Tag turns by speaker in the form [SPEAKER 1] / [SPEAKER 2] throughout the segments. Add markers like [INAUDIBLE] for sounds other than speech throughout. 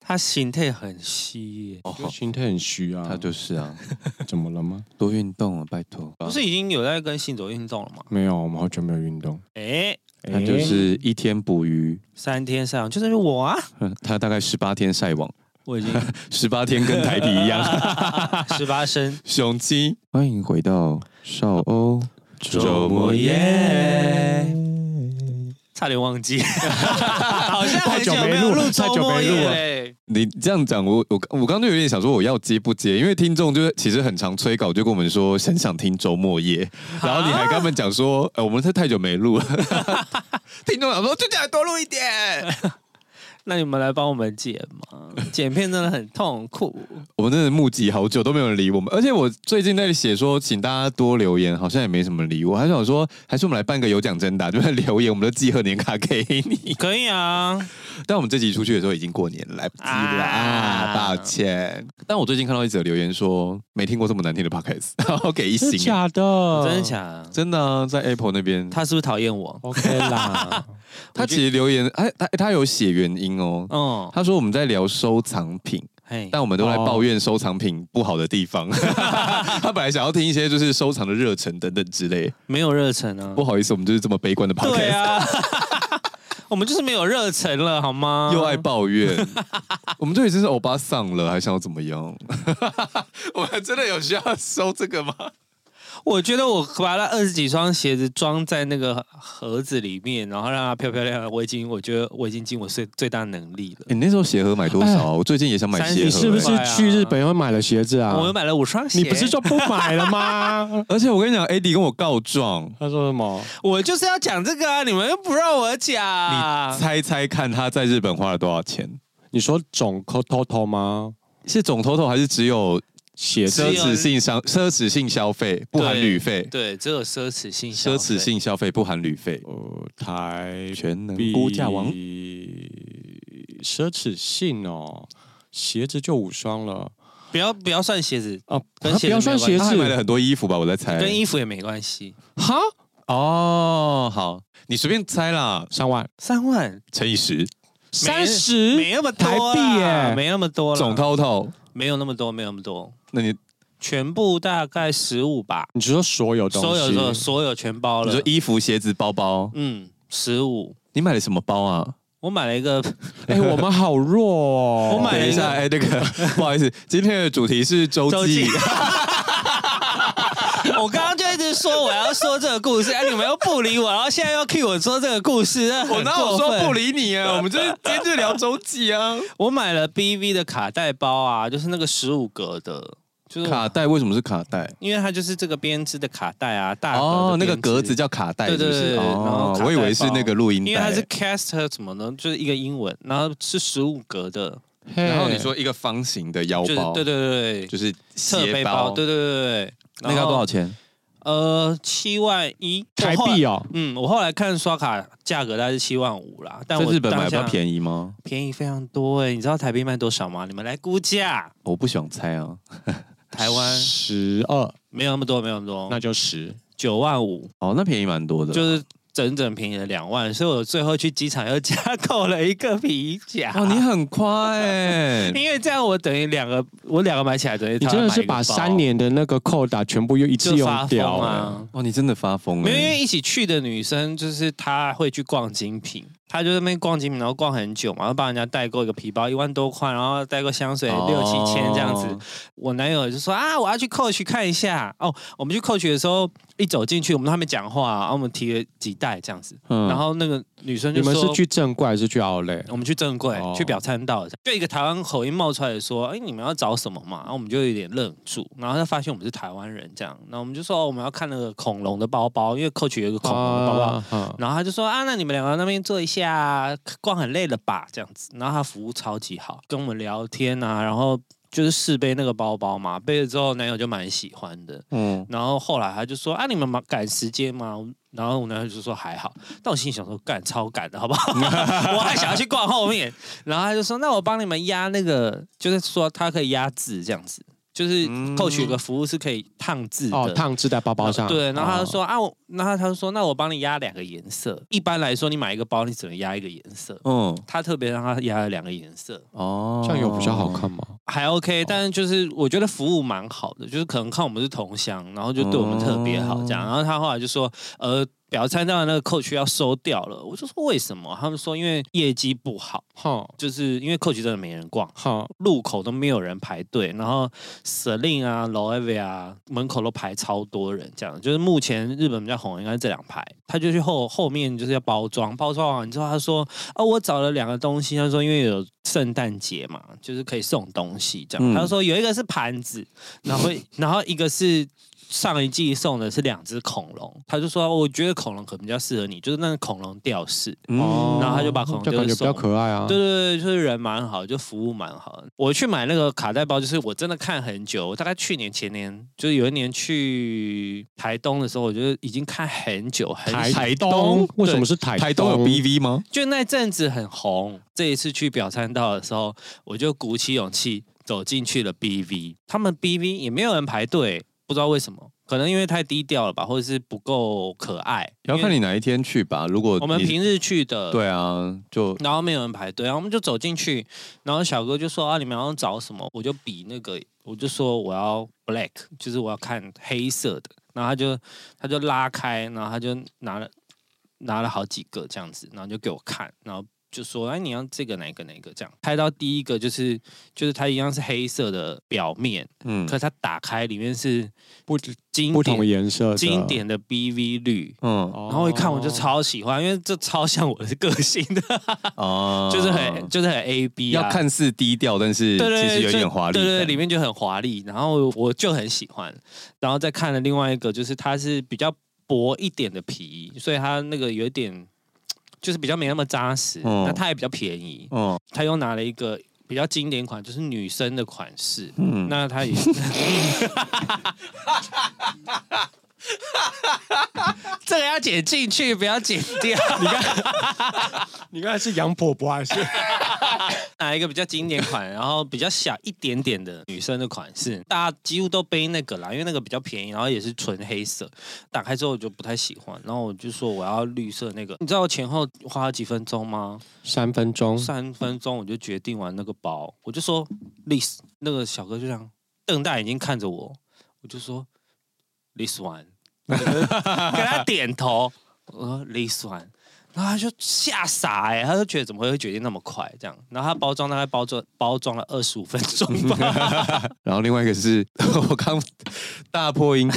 [SPEAKER 1] 它形态很稀耶，
[SPEAKER 2] 我觉得心态很虚啊。
[SPEAKER 3] 哦他就是啊，
[SPEAKER 2] [LAUGHS] 怎么了吗？
[SPEAKER 3] 多运动啊，拜托。
[SPEAKER 1] 不是已经有在跟行走运动了吗？
[SPEAKER 2] 没有，我们好久没有运动。
[SPEAKER 1] 哎，
[SPEAKER 3] 他就是一天捕鱼， [LAUGHS]
[SPEAKER 1] 三天晒网就是我啊，
[SPEAKER 3] 他大概十八天晒网，
[SPEAKER 1] 我已经
[SPEAKER 3] 十八天跟台币一 [LAUGHS] 样。
[SPEAKER 1] 十八升
[SPEAKER 3] 雄鸡，欢迎回到少欧周末夜。
[SPEAKER 1] 差点忘记，好像很久
[SPEAKER 2] 太久没
[SPEAKER 1] 没
[SPEAKER 2] 录
[SPEAKER 1] 有录
[SPEAKER 2] 了太
[SPEAKER 1] 周
[SPEAKER 2] 久
[SPEAKER 1] 末
[SPEAKER 2] 没录
[SPEAKER 1] 夜
[SPEAKER 2] 了
[SPEAKER 1] 嘞。
[SPEAKER 3] 你这样讲，我我我刚刚就有点想说我要接不接，因为听众就是其实很常催稿，就跟我们说很想听周末夜，然后你还跟他们讲说，呃，我们是太久没 [LAUGHS] 录了，听众想说就这样多录一点，
[SPEAKER 1] 那你们来帮我们剪嘛，剪片真的很痛苦。
[SPEAKER 3] 我们真的募集好久都没有人理我们，而且我最近在写说，请大家多留言，好像也没什么人理我，还想说还是我们来办个有奖征答，就是留言，我们都寄贺年卡给你。 [LAUGHS]
[SPEAKER 1] 可以啊，
[SPEAKER 3] 但我们这集出去的时候已经过年了，来不及了啊
[SPEAKER 1] 啊
[SPEAKER 3] 抱歉。但我最近看到一则留言说，没听过这么难听的 podcast，然 [LAUGHS] 后给一
[SPEAKER 2] 真的
[SPEAKER 3] 星，
[SPEAKER 2] 假的？
[SPEAKER 1] 哦真的假的？
[SPEAKER 3] 真的啊、在 Apple 那边，他
[SPEAKER 1] 他是不是讨厌我？
[SPEAKER 2] ？OK
[SPEAKER 3] [LAUGHS]
[SPEAKER 2] 啦，
[SPEAKER 3] 他其实留言，他他他有写原因哦。
[SPEAKER 1] 嗯，
[SPEAKER 3] 他说我们在聊收藏品，
[SPEAKER 1] 嘿，
[SPEAKER 3] 但我们都在抱怨收藏品不好的地方。 [LAUGHS] 他本来想要听一些就是收藏的热忱等等之类，
[SPEAKER 1] 没有热忱啊
[SPEAKER 3] 不。好意思，我们就是这么悲观的 podcast，、
[SPEAKER 1] 对啊， [LAUGHS] 我们就是没有热忱了，好吗？
[SPEAKER 3] 又爱抱怨。 [LAUGHS] 我们就已经是欧巴桑了，还想要怎么样？ [LAUGHS] 我们真的有需要收这个吗？
[SPEAKER 1] 我觉得我把那二十几双鞋子装在那个盒子里面，然后让它漂漂亮亮。我已经，我觉得我已经尽我最最大能力了。
[SPEAKER 3] 哎你那时候鞋盒买多少啊？
[SPEAKER 2] 哎
[SPEAKER 3] 我最近也想买鞋盒、
[SPEAKER 1] 30
[SPEAKER 3] 欸，
[SPEAKER 2] 你是不是去日本又买了鞋子啊？
[SPEAKER 1] 我又买了五双鞋，
[SPEAKER 2] 你不是说不买了
[SPEAKER 3] [LAUGHS]
[SPEAKER 2] 吗？
[SPEAKER 3] 而且我跟你讲，AD 跟我告状，
[SPEAKER 2] 他说什么？
[SPEAKER 1] 我就是要讲这个啊？你们又不让我讲
[SPEAKER 3] 你，猜猜看他在日本花了多少钱？
[SPEAKER 2] 你说总 total 吗？
[SPEAKER 3] 是总 total 还是只有
[SPEAKER 2] 鞋子
[SPEAKER 3] 奢侈性消奢侈性消费不含旅费？
[SPEAKER 1] 对，只有奢侈性消
[SPEAKER 3] 奢
[SPEAKER 1] 费，
[SPEAKER 3] 侈性消费不含旅费，
[SPEAKER 2] 呃，台
[SPEAKER 3] 全能
[SPEAKER 2] 币
[SPEAKER 3] 估价王
[SPEAKER 2] 奢侈性哦，鞋子就五双了
[SPEAKER 1] 不要不要算鞋子，
[SPEAKER 2] 啊！
[SPEAKER 1] 跟
[SPEAKER 2] 啊
[SPEAKER 1] 鞋子
[SPEAKER 2] 不要算鞋
[SPEAKER 3] 他还买了
[SPEAKER 2] 子
[SPEAKER 3] 很多衣服吧？我在
[SPEAKER 2] 哎
[SPEAKER 3] 猜。
[SPEAKER 1] 跟衣服也没关系。
[SPEAKER 2] 哈，
[SPEAKER 3] 哦，好，你随便猜啦，
[SPEAKER 2] 三万
[SPEAKER 1] 三万
[SPEAKER 3] 乘以十，
[SPEAKER 2] 三十
[SPEAKER 1] 没那么多
[SPEAKER 2] 嗯台
[SPEAKER 1] 啦
[SPEAKER 2] 币耶
[SPEAKER 1] 没那么多了，
[SPEAKER 3] 总 total，
[SPEAKER 1] 没有那么多，没有那么多，
[SPEAKER 3] 那你
[SPEAKER 1] 全部大概十五吧，
[SPEAKER 2] 你说所有东西，
[SPEAKER 1] 所有所有所有全包
[SPEAKER 3] 你
[SPEAKER 1] 了
[SPEAKER 3] 说。衣服、鞋子、包包，
[SPEAKER 1] 嗯，十五。
[SPEAKER 3] 你买了什么包啊？
[SPEAKER 1] 我买了一个，
[SPEAKER 2] [LAUGHS] 哎，我们好弱哦！
[SPEAKER 1] [LAUGHS] 我买了
[SPEAKER 3] 等一下，哎，
[SPEAKER 1] [LAUGHS]
[SPEAKER 3] 那个不好意思，今天的主题是周
[SPEAKER 1] 周
[SPEAKER 3] 记
[SPEAKER 1] 记， [LAUGHS] 我刚刚就一直说我要说这个故事，哎、 [LAUGHS] 你们又不理我，然后现在又 cue 我说这个故事，那很
[SPEAKER 3] [LAUGHS] 我哪有
[SPEAKER 1] 过
[SPEAKER 3] 说
[SPEAKER 1] 分
[SPEAKER 3] 不理你啊？我们就是今天就聊周记啊。
[SPEAKER 1] 我买了 BV 的卡带包啊，就是那个十五格的， [LAUGHS] 就是
[SPEAKER 3] 卡带为什么是卡带？
[SPEAKER 1] 因为它就是这个编织的卡带啊，大格的
[SPEAKER 3] 哦，那个
[SPEAKER 1] 编
[SPEAKER 3] 格子叫卡带，是
[SPEAKER 1] 对
[SPEAKER 3] 不
[SPEAKER 1] 对
[SPEAKER 3] 是？
[SPEAKER 1] 对对然后
[SPEAKER 3] 哦
[SPEAKER 1] 卡，带
[SPEAKER 3] 我以为是那个录音带。
[SPEAKER 1] 因为它是 caster 什么呢？就是一个英文，然后是十五格的，
[SPEAKER 2] 嘿
[SPEAKER 3] 然后你说一个方形的腰
[SPEAKER 1] 就是
[SPEAKER 3] 包，
[SPEAKER 1] 对对对对，
[SPEAKER 3] 就是
[SPEAKER 1] 侧
[SPEAKER 3] 斜
[SPEAKER 1] 背
[SPEAKER 3] 包，
[SPEAKER 1] 包，对对对对，
[SPEAKER 3] 那个要多少？钱？
[SPEAKER 1] 呃，七万一
[SPEAKER 2] 台币。哦，
[SPEAKER 1] 嗯，我后来看刷卡价格大概是七万五啦，但
[SPEAKER 3] 在
[SPEAKER 1] 我
[SPEAKER 3] 日本买比较
[SPEAKER 1] 宜，
[SPEAKER 3] 便宜吗？
[SPEAKER 1] 便宜非常多哎、你知道台币卖多少吗？你们来估价，
[SPEAKER 3] 我不想猜啊。
[SPEAKER 1] 台湾
[SPEAKER 2] 十二，
[SPEAKER 1] 没有那么多，没有那么多，
[SPEAKER 2] 那就十。
[SPEAKER 1] 九万五，
[SPEAKER 3] 哦，那便宜蛮多的，
[SPEAKER 1] 就是整整便宜了两万，所以我最后去机场又加购了一个皮夹。，
[SPEAKER 3] 哇，你很快哎 [LAUGHS]
[SPEAKER 1] 因为这样我等于两个，我两个买起来等于
[SPEAKER 2] 你真的是把三年的那个扣打全部又一次
[SPEAKER 1] 就发
[SPEAKER 2] 用
[SPEAKER 1] 疯
[SPEAKER 2] 掉
[SPEAKER 1] 啊！
[SPEAKER 3] 哇，哦你真的发疯
[SPEAKER 1] 没有，因
[SPEAKER 3] 哎。
[SPEAKER 1] 为一起去的女生就是她会去逛精品，她就在那边逛精品，然后逛很久嘛，然后帮人家代购一个皮包一万多块，然后代购香水
[SPEAKER 3] 哦
[SPEAKER 1] 六七千这样子。
[SPEAKER 2] 哦
[SPEAKER 1] 我男友就说啊，我要去 Coach 看一下哦。我们去 Coach 的时候，一走进去，我们都还没讲话、啊，然后我们提了几袋这样子，
[SPEAKER 3] 嗯
[SPEAKER 1] 然后那个女生
[SPEAKER 2] 你
[SPEAKER 1] 就说
[SPEAKER 2] 们是去正柜还是去奥莱？
[SPEAKER 1] 我们去正柜、
[SPEAKER 2] 哦
[SPEAKER 1] 去表参道，就一个台湾口音冒出来说：“哎、你们要找什么嘛？”然后我们就有点愣住，然后他发现我们是台湾人，这样，然后我们就说、哦我们要看那个恐龙的包包，因为 Coach 有一个恐龙的包包。
[SPEAKER 2] 啊
[SPEAKER 1] 然后他就说啊，那你们两个那边坐一下，逛很累了吧？这样子。然后他服务超级好，跟我们聊天啊，然后就是试背那个包包嘛，背了之后男友就蛮喜欢的。
[SPEAKER 3] 嗯，
[SPEAKER 1] 然后后来他就说啊，你们赶时间吗？然后我男友就说还好，但我心里想说干超赶的好不好？ [LAUGHS] 我还想要去逛后面。然后他就说那我帮你们压那个，就是说他可以压字这样子，就是
[SPEAKER 3] 嗯
[SPEAKER 1] Coach 有个服务是可以烫字的。
[SPEAKER 2] 哦，烫制在包包上。
[SPEAKER 1] 对，然后他就
[SPEAKER 2] 哦
[SPEAKER 1] 说、啊，我然后他就说，那我帮你压两个颜色。一般来说，你买一个包，你只能压一个颜色。
[SPEAKER 3] 嗯，
[SPEAKER 1] 他特别让他压了两个颜色，
[SPEAKER 3] 哦
[SPEAKER 2] 这样有比较好看吗？
[SPEAKER 1] 还 OK，但是就是我觉得服务蛮好的，就是可能看我们是同乡，然后就对我们特别好这样。
[SPEAKER 3] 哦
[SPEAKER 1] 然后他后来就说，呃，表参道的那个 coach 要收掉了，我就说为什么？他们说因为业绩不好，
[SPEAKER 2] 好
[SPEAKER 1] 就是因为 coach 真的没人逛。
[SPEAKER 2] 好，
[SPEAKER 1] 路口都没有人排队，然后 Celine 啊、Loewe 啊，门口都排超多人，这样就是目前日本比较红的应该是这两排。他就去后后面就是要包装，包装完之后他说：“哦，我找了两个东西。”他说：“因为有圣诞节嘛，就是可以送东西这样。
[SPEAKER 3] 嗯
[SPEAKER 1] 他说：“有一个是盘子，然后然后一个是。”上一季送的是两只恐龙，他就说啊我觉得恐龙可能比较适合你，就是那个恐龙吊饰，
[SPEAKER 2] 嗯
[SPEAKER 3] 哦，
[SPEAKER 1] 然后他就把孔
[SPEAKER 2] 就感觉
[SPEAKER 1] 丢
[SPEAKER 2] 比较
[SPEAKER 1] 送
[SPEAKER 2] 可爱啊。
[SPEAKER 1] 对对对，就是人蛮好，就服务蛮好的。我去买那个卡带包，就是我真的看很久，我大概去年前年，就是有一年去台东的时候，我就已经看很久，很
[SPEAKER 2] 台
[SPEAKER 1] 久
[SPEAKER 2] 台
[SPEAKER 3] 东
[SPEAKER 2] 东为什么是台
[SPEAKER 3] 台东有 BV 吗？
[SPEAKER 1] 就那阵子很红。这一次去表参道的时候，我就鼓起勇气走进去了 BV，他们 BV 也没有人排队，不知道为什么，可能因为太低调了吧，或者是不够可爱。
[SPEAKER 3] 要看
[SPEAKER 1] 因为
[SPEAKER 3] 你哪一天去吧。如果
[SPEAKER 1] 我们
[SPEAKER 3] 你
[SPEAKER 1] 平日去的，
[SPEAKER 3] 对啊，就
[SPEAKER 1] 然后没有人排队，然后我们就走进去，然后小哥就说啊，你们要找什么？我就比那个，我就说我要 black，就是我要看黑色的。然后他就他就拉开，然后他就拿了拿了好几个这样子，然后就给我看，然后就说哎，你要这个哪一个哪一个这样。拍到第一个就是就是它一样是黑色的表面，
[SPEAKER 3] 嗯
[SPEAKER 1] 可是它打开里面是
[SPEAKER 2] 不
[SPEAKER 1] 经
[SPEAKER 2] 不同
[SPEAKER 1] 典
[SPEAKER 2] 颜色的哦
[SPEAKER 1] 经，典的 BV 绿。
[SPEAKER 3] 嗯
[SPEAKER 2] 然
[SPEAKER 1] 然后一看我就超喜欢，因为这超像我的个性的，
[SPEAKER 3] 哦
[SPEAKER 1] 就是很就是很 A B 啊，
[SPEAKER 3] 要看似低调，但是
[SPEAKER 1] 对对
[SPEAKER 3] 其
[SPEAKER 1] 对，
[SPEAKER 3] 实有一
[SPEAKER 1] 就
[SPEAKER 3] 点华丽
[SPEAKER 1] 对
[SPEAKER 3] 感。
[SPEAKER 1] 对，里面就很华丽，然后我就很喜欢，然后再看了另外一个，就是它是比较薄一点的皮，所以它那个有一点就是比较没那么扎实，
[SPEAKER 3] 嗯
[SPEAKER 1] 那它也比较便宜，
[SPEAKER 3] 嗯
[SPEAKER 1] 它又拿了一个比较经典款，就是女生的款式，
[SPEAKER 3] 嗯，
[SPEAKER 1] 那
[SPEAKER 3] [LAUGHS]
[SPEAKER 1] 它也 [LAUGHS] 这个要剪进去，不要剪掉。
[SPEAKER 2] 你刚才是杨婆婆还是？
[SPEAKER 1] 拿一个比较经典款， [LAUGHS] 然后比较小一点点的女生的款式，大家几乎都背那个啦，因为那个比较便宜，然后也是纯黑色。打开之后我就不太喜欢，然后我就说我要绿色那个。你知道我前后花了几分钟吗？
[SPEAKER 2] 三分钟，
[SPEAKER 1] 三分钟我就决定完那个包，我就说 list，那个小哥就这样瞪大眼睛看着我，我就说 this one，我就跟他点头，我说 this one。然后他就吓傻哎、他就觉得怎么会决定那么快这样？然后他包装大概包装包装了二十五分钟
[SPEAKER 2] [LAUGHS]
[SPEAKER 1] 吧，
[SPEAKER 3] 然后另外一个是 [LAUGHS] 我刚大破音，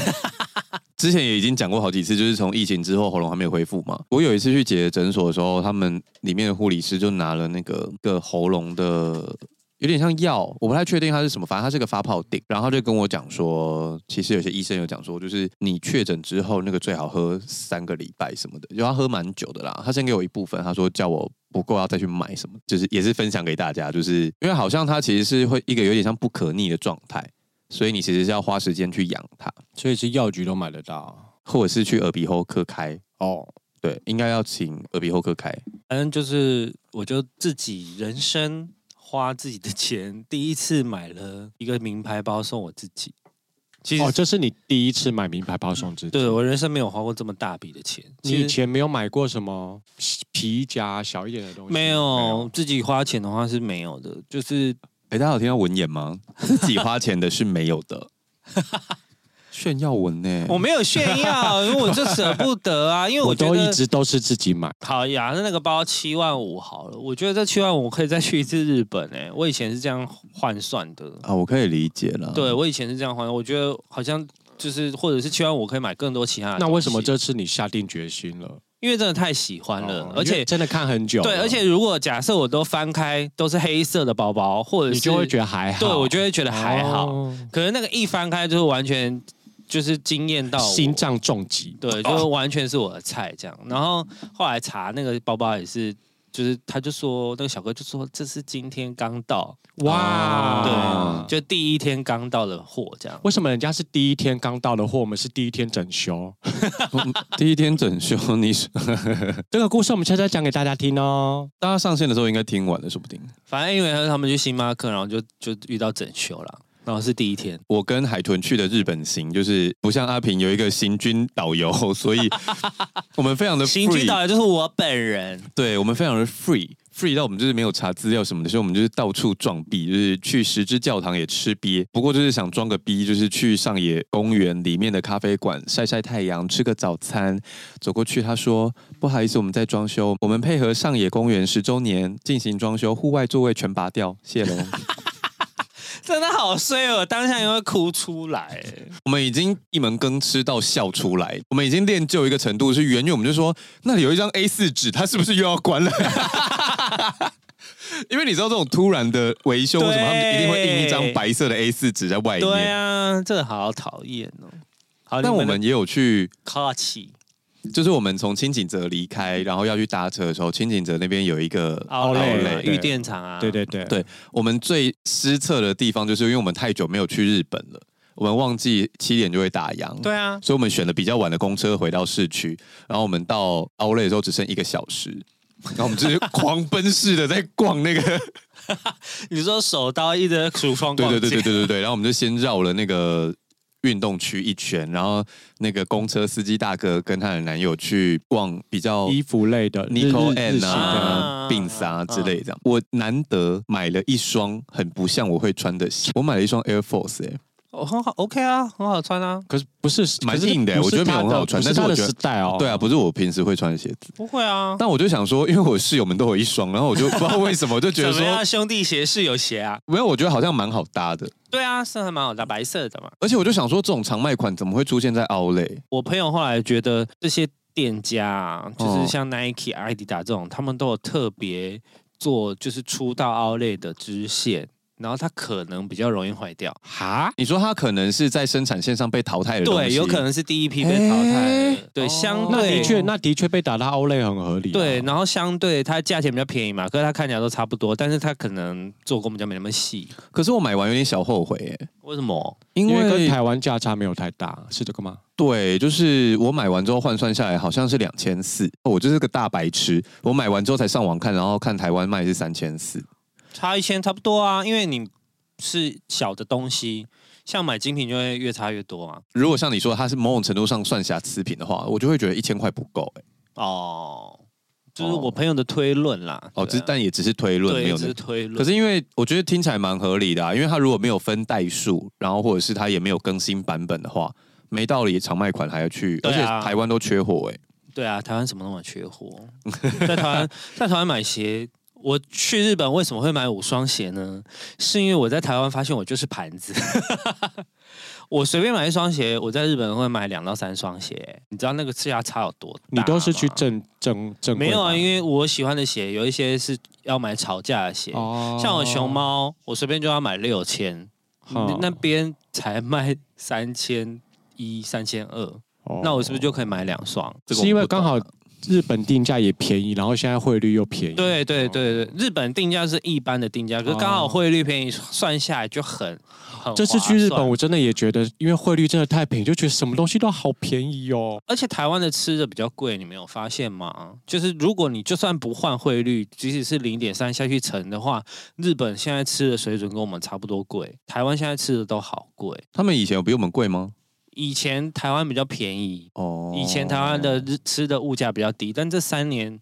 [SPEAKER 3] 之前也已经讲过好几次，就是从疫情之后喉咙还没有恢复嘛。我有一次去姐姐诊所的时候，他们里面的护理师就拿了那个个喉咙的。有点像药，我不太确定它是什么，反正它是个发泡锭。然后他就跟我讲说，其实有些医生有讲说，就是你确诊之后，那个最好喝三个礼拜什么的，就他喝蛮久的啦。他先给我一部分，他说叫我不够要再去买什么，就是也是分享给大家，就是因为好像它其实是会一个有点像不可逆的状态，所以你其实是要花时间去养它，
[SPEAKER 2] 所以是药局都买得到
[SPEAKER 3] 或者是去耳鼻喉科开。
[SPEAKER 2] 哦。
[SPEAKER 3] 对，应该要请耳鼻喉科开。
[SPEAKER 1] 反正就是我就自己人生花自己的钱，第一次买了一个名牌包送我自己。其实
[SPEAKER 2] 哦，这是你第一次买名牌包送自己。
[SPEAKER 1] 对我人生没有花过这么大笔的钱，
[SPEAKER 2] 你
[SPEAKER 1] 其
[SPEAKER 2] 以
[SPEAKER 1] 实
[SPEAKER 2] 前没有买过什么皮夹小一点的东西？
[SPEAKER 1] 没有，自己花钱的话是没有的，
[SPEAKER 2] [LAUGHS]
[SPEAKER 1] 就是
[SPEAKER 3] 哎，大家有听到文言吗？自己花钱的是没有
[SPEAKER 1] [LAUGHS]
[SPEAKER 3] 的，炫耀文呢、
[SPEAKER 1] 我没有炫耀，因为我就舍不得啊，因为
[SPEAKER 2] 我
[SPEAKER 1] 觉
[SPEAKER 2] 都一
[SPEAKER 1] 得
[SPEAKER 2] 直都是自己买。
[SPEAKER 1] 好呀，那那个包七万五好了，我觉得这七万五可以再去一次日本诶、我以前是这样换算的，
[SPEAKER 3] 啊，我可以理解
[SPEAKER 2] 嗯
[SPEAKER 3] 了。
[SPEAKER 1] 对我以前是这样换，我觉得好像。就是，或者是七万五可以买更多其他的东西。
[SPEAKER 2] 那为什么这次你下定决心了？
[SPEAKER 1] 因为真的太喜欢了，
[SPEAKER 2] 哦
[SPEAKER 1] 而
[SPEAKER 2] 因为啊
[SPEAKER 1] 且
[SPEAKER 2] 真的看很久了，
[SPEAKER 1] 对，而且如果假设我都翻开都是黑色的包包，或者
[SPEAKER 2] 你
[SPEAKER 1] 是
[SPEAKER 2] 就会觉得还好。
[SPEAKER 1] 对我就会觉得还好。
[SPEAKER 2] 哦
[SPEAKER 1] 可是那个一翻开就是完全就是惊艳到我
[SPEAKER 2] 心，脏重击。
[SPEAKER 3] 哦
[SPEAKER 2] 哦
[SPEAKER 1] 对，就是完全是我的菜这样。然后后来查那个包包也是，就是他就说那个小哥就说这是今天刚到，
[SPEAKER 2] 哇，
[SPEAKER 1] 对，就第一天刚到的货这样。
[SPEAKER 2] 为什么人家是第一天刚到的货，我们是第一天整修？ [LAUGHS]
[SPEAKER 3] 第一天整修，你是
[SPEAKER 2] 这个故事我们悄悄讲给大家听哦。
[SPEAKER 3] 大家上线的时候应该听完了，说不定。
[SPEAKER 1] 反正因为他们去星巴克，然后就就遇到整修了。然后是第一天，
[SPEAKER 3] 我跟海豚去的日本行，就是不像阿平有一个行军导游，所以我们非常的 free,
[SPEAKER 1] [LAUGHS] 行军导游就是我本人，
[SPEAKER 3] 对我们非常的 free。free 到我们就是没有查资料什么的，所以我们就是到处撞壁，就是去十之教堂也吃鳖，不过就是想装个逼，就是去上野公园里面的咖啡馆晒晒太阳，吃个早餐。走过去，他说：“不好意思，我们在装修，我们配合上野公园十周年进行装修，户外座位全拔掉，谢喽。
[SPEAKER 1] 真的好衰哦，当下因为哭出来。”
[SPEAKER 3] 我们已经一门羹吃到笑出来，我们已经练就一个程度，是远远我们就说那里有一张 A 四纸，它是不是又要关了？ [LAUGHS] 因为你知道这种突然的维修，为什么他们一定会印一张白色的 A 四纸在外面？
[SPEAKER 1] 对啊，这个好讨厌哦。好，
[SPEAKER 3] 但
[SPEAKER 1] 你
[SPEAKER 3] 哎我们也有去，
[SPEAKER 1] 客气
[SPEAKER 3] 就是我们从清景泽离开，然后要去搭车的时候，清景泽那边有一个
[SPEAKER 2] Outlet，
[SPEAKER 1] 啊
[SPEAKER 3] outlet，
[SPEAKER 1] 玉电厂啊，
[SPEAKER 2] 对对对
[SPEAKER 3] 对我们最失策的地方，就是因为我们太久没有去日本了，我们忘记七点就会打烊。
[SPEAKER 1] 对啊，
[SPEAKER 3] 所以我们选了比较晚的公车回到市区，然后我们到奥莱的时候只剩一个小时，然后我们就是狂奔似的在逛那个，
[SPEAKER 1] 你说手刀一直橱窗
[SPEAKER 3] [LAUGHS] 对
[SPEAKER 1] 逛
[SPEAKER 3] 对
[SPEAKER 1] 街，
[SPEAKER 3] 对对对对对，然后我们就先绕了那个运动区一圈，然后那个公车司机大哥跟她的男友去逛比较
[SPEAKER 2] 衣服类的
[SPEAKER 3] n i c o
[SPEAKER 2] 日日日
[SPEAKER 3] N
[SPEAKER 2] 系的，
[SPEAKER 3] 哦啊、病啊之类的。我难得买了一双很不像我会穿的鞋，我买了一双 Air Force 哎、
[SPEAKER 1] 哦，很好，OK 啊，很好穿啊，
[SPEAKER 2] 可是不是
[SPEAKER 3] 蛮
[SPEAKER 2] 可是
[SPEAKER 3] 硬的
[SPEAKER 2] 不是
[SPEAKER 3] 我觉得没有
[SPEAKER 2] 他的
[SPEAKER 3] 很好穿
[SPEAKER 2] 不
[SPEAKER 3] 但是
[SPEAKER 2] 他
[SPEAKER 3] 我
[SPEAKER 2] 的哦
[SPEAKER 3] 觉得
[SPEAKER 2] style
[SPEAKER 3] 对啊，不是我平时会穿的鞋子。
[SPEAKER 1] 不会啊。
[SPEAKER 3] 但我就想说，因为我室友们都有一双，然后我就不知道为什么，我就觉得
[SPEAKER 1] 怎么
[SPEAKER 3] 说
[SPEAKER 1] 样，兄弟鞋是有鞋啊？
[SPEAKER 3] 没有，我觉得好像蛮好搭的。
[SPEAKER 1] 对啊，是还蛮好的，白色的嘛。
[SPEAKER 3] 而且我就想说，这种常卖款怎么会出现在 Outlet？
[SPEAKER 1] 我朋友后来觉得这些店家啊，就
[SPEAKER 3] 哦
[SPEAKER 1] 是像 Nike、阿迪达这种，他们都有特别做，就是出到奥类的支线，然后它可能比较容易坏掉。
[SPEAKER 2] 哈，
[SPEAKER 3] 你说它可能是在生产线上被淘汰的东西
[SPEAKER 1] 对，有可能是第一批被淘汰的。
[SPEAKER 2] 哎
[SPEAKER 1] 对，相
[SPEAKER 2] 那
[SPEAKER 1] 对
[SPEAKER 2] 的确，那的确被打到欧类很合理啊。
[SPEAKER 1] 对，然后相对它价钱比较便宜嘛，可是它看起来都差不多，但是它可能做工比较没那么细。
[SPEAKER 3] 可是我买完有点小后悔耶，
[SPEAKER 1] 为什么？
[SPEAKER 3] 因
[SPEAKER 2] 因为跟
[SPEAKER 3] 为
[SPEAKER 2] 台湾价差没有太大，是这个吗？
[SPEAKER 3] 对，就是我买完之后换算下来好像是两千四，哦我就是个大白痴。我买完之后才上网看，然后看台湾卖是三千四。
[SPEAKER 1] 差一千差不多啊，因为你是小的东西，像买精品就会越差越多啊。
[SPEAKER 3] 如果像你说它是某种程度上算瑕疵品的话，我就会觉得一千块不够哎。
[SPEAKER 1] 哦，就是
[SPEAKER 3] 哦
[SPEAKER 1] 我朋友的推论啦。
[SPEAKER 3] 哦，
[SPEAKER 1] 对
[SPEAKER 3] 只
[SPEAKER 1] 啊
[SPEAKER 3] 但也只是推论，没
[SPEAKER 1] 对，
[SPEAKER 3] 有那
[SPEAKER 1] 只
[SPEAKER 3] 个
[SPEAKER 1] 是推论。
[SPEAKER 3] 可是因为我觉得听起来蛮合理的、啊，因为它如果没有分代数，然后或者是它也没有更新版本的话，没道理常卖款还要去，
[SPEAKER 1] 对
[SPEAKER 3] 而且
[SPEAKER 1] 啊
[SPEAKER 3] 台湾都缺货哎、
[SPEAKER 1] 对啊，台湾什么都没缺货， [LAUGHS] 在台湾在台湾买鞋。我去日本为什么会买五双鞋呢？是因为我在台湾发现我就是盘子， [LAUGHS] 我随便买一双鞋，我在日本会买两到三双鞋。你知道那个价差有多大
[SPEAKER 3] 啊
[SPEAKER 2] 你都是去
[SPEAKER 1] 吗
[SPEAKER 2] 正正正
[SPEAKER 1] 没有啊，因为
[SPEAKER 2] 为
[SPEAKER 1] 我喜欢的鞋有一些是要买吵架的鞋，
[SPEAKER 2] 哦
[SPEAKER 1] 像我熊，猫，我随便就要买六千、
[SPEAKER 2] 哦
[SPEAKER 1] 那边才卖三千一、三千二，
[SPEAKER 2] 哦
[SPEAKER 1] 那我是不是就可以买两双？
[SPEAKER 3] 这个我
[SPEAKER 2] 是因为
[SPEAKER 3] 不懂
[SPEAKER 1] 啊
[SPEAKER 3] 啊
[SPEAKER 2] 刚好日本定价也便宜，然后现在汇率又便宜？
[SPEAKER 1] 对对对对，日本定价是一般的定价，可是刚好
[SPEAKER 2] 哦
[SPEAKER 1] 汇率便宜，算下来就很很。
[SPEAKER 2] 这次去日本，，我真的也觉得，因为汇率真的太便宜，就觉得什么东西都好便宜哦。
[SPEAKER 1] 而且台湾的吃的比较贵，你没有发现吗？就是如果你就算不换汇率，即使是零点三下去乘的话，日本现在吃的水准跟我们差不多贵，台湾现在吃的都好贵。
[SPEAKER 3] 他们以前有比我们贵吗？
[SPEAKER 1] 以前台湾比较便宜，
[SPEAKER 3] 哦，
[SPEAKER 1] 以前台湾的日吃的物价比较低，但这三年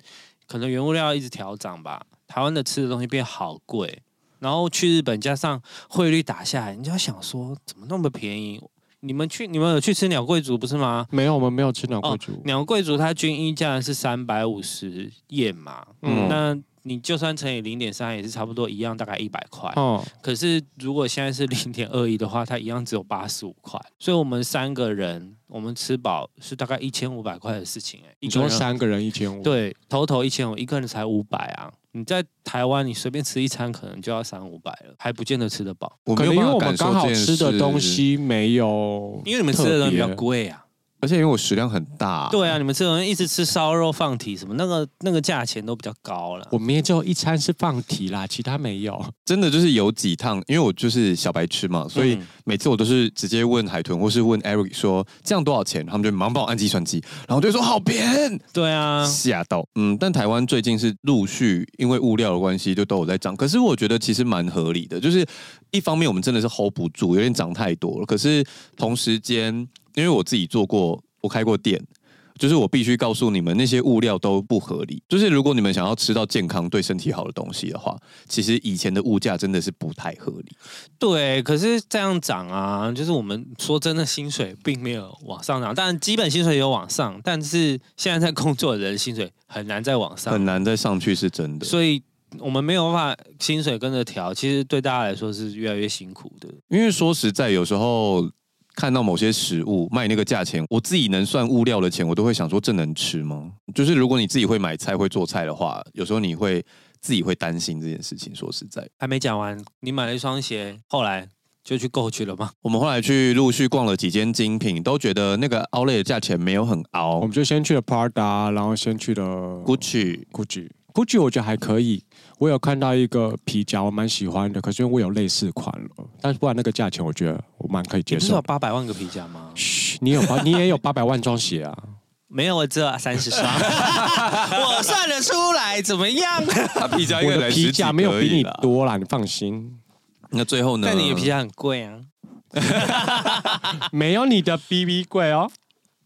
[SPEAKER 1] 可能原物料一直调涨吧，台湾的吃的东西变好贵，然后去日本加上汇率打下来，你就要想说怎么那么便宜？你们去你们有去吃鸟贵族不是吗？
[SPEAKER 2] 没有，我们没有吃鸟贵族。
[SPEAKER 1] 鸟贵族它均一价是三百五十页嘛，
[SPEAKER 2] 嗯
[SPEAKER 1] 那你就算乘以零点三也是差不多一样，大概一百块。
[SPEAKER 2] 哦，
[SPEAKER 1] 可是如果现在是零点二一的话，它一样只有八十五块，所以我们三个人我们吃饱是大概一千五百块的事情哎、一
[SPEAKER 2] 你
[SPEAKER 1] 个
[SPEAKER 2] 说
[SPEAKER 1] 人
[SPEAKER 2] 三个人一千五，
[SPEAKER 1] 对，头头一千五，一个人才五百啊。你在台湾，你随便吃一餐可能就要三五百了，还不见得吃得饱，
[SPEAKER 3] 我
[SPEAKER 2] 可
[SPEAKER 3] 没
[SPEAKER 2] 能
[SPEAKER 3] 有
[SPEAKER 2] 因为我
[SPEAKER 3] 办法
[SPEAKER 2] 们
[SPEAKER 3] 感受
[SPEAKER 2] 刚好
[SPEAKER 3] 这件
[SPEAKER 2] 吃的
[SPEAKER 3] 事
[SPEAKER 2] 东，西没有，
[SPEAKER 1] 因为你们吃的东西比较贵啊。
[SPEAKER 3] 而且因为我食量很大，
[SPEAKER 1] 对啊，你们这种人一直吃烧肉放题什么，那个那个价钱都比较高了。
[SPEAKER 2] 我们也就一餐是放题啦，其他没有。
[SPEAKER 3] 真的就是有几趟，因为我就是小白痴嘛，所以
[SPEAKER 1] 嗯
[SPEAKER 3] 每次我都是直接问海豚或是问 Eric 说这样多少钱，他们就马上帮我按计算机，然后我就说好便，
[SPEAKER 1] 对啊，
[SPEAKER 3] 吓到。嗯，但台湾最近是陆续因为物料的关系就都有在涨，可是我觉得其实蛮合理的，就是一方面我们真的是 hold 不住，有点涨太多了，可是同时间，因为我自己做过，我开过店。就是我必须告诉你们，那些物料都不合理。就是如果你们想要吃到健康、对身体好的东西的话，其实以前的物价真的是不太合理。
[SPEAKER 1] 对，可是这样涨啊，就是我们说真的，薪水并没有往上涨，但基本薪水有往上，但是现在在工作的人薪水很难再往上，
[SPEAKER 3] 很难再上去是真的。
[SPEAKER 1] 所以我们没有办法薪水跟着调，其实对大家来说是越来越辛苦的。
[SPEAKER 3] 因为说实在，有时候看到某些食物卖那个价钱，我自己能算物料的钱，我都会想说这能吃吗？就是如果你自己会买菜、会做菜的话，有时候你会自己会担心这件事情。说实在，
[SPEAKER 1] 还没讲完，你买了一双鞋，后来就去购去了吗？
[SPEAKER 3] 我们后来去陆续逛了几间精品，都觉得那个 Outlet 的价钱没有很
[SPEAKER 2] 我
[SPEAKER 3] 凹
[SPEAKER 2] 们。就先去了 Prada，然后先去了
[SPEAKER 3] Gucci，
[SPEAKER 2] Gucci。Gucci 我觉得还可以，我有看到一个皮夹，我蛮喜欢的，可是因为我有类似款了，但是不然那个价钱我觉得我蛮可以
[SPEAKER 1] 你
[SPEAKER 2] 接
[SPEAKER 1] 不是有
[SPEAKER 2] 受。
[SPEAKER 1] 八百万个皮夹吗？
[SPEAKER 2] 嘘，你有八，你也有八百万双鞋
[SPEAKER 3] [LAUGHS]
[SPEAKER 2] 啊？
[SPEAKER 1] 没有，我只有三十双，我算得出来，怎么样？
[SPEAKER 3] [LAUGHS] 他皮夹
[SPEAKER 2] 我的皮夹没有比你
[SPEAKER 3] 多。
[SPEAKER 2] 多啦，你放心，
[SPEAKER 3] 那最后呢？
[SPEAKER 1] 但你的皮夹很贵啊，
[SPEAKER 2] 没有你的 BB 贵哦。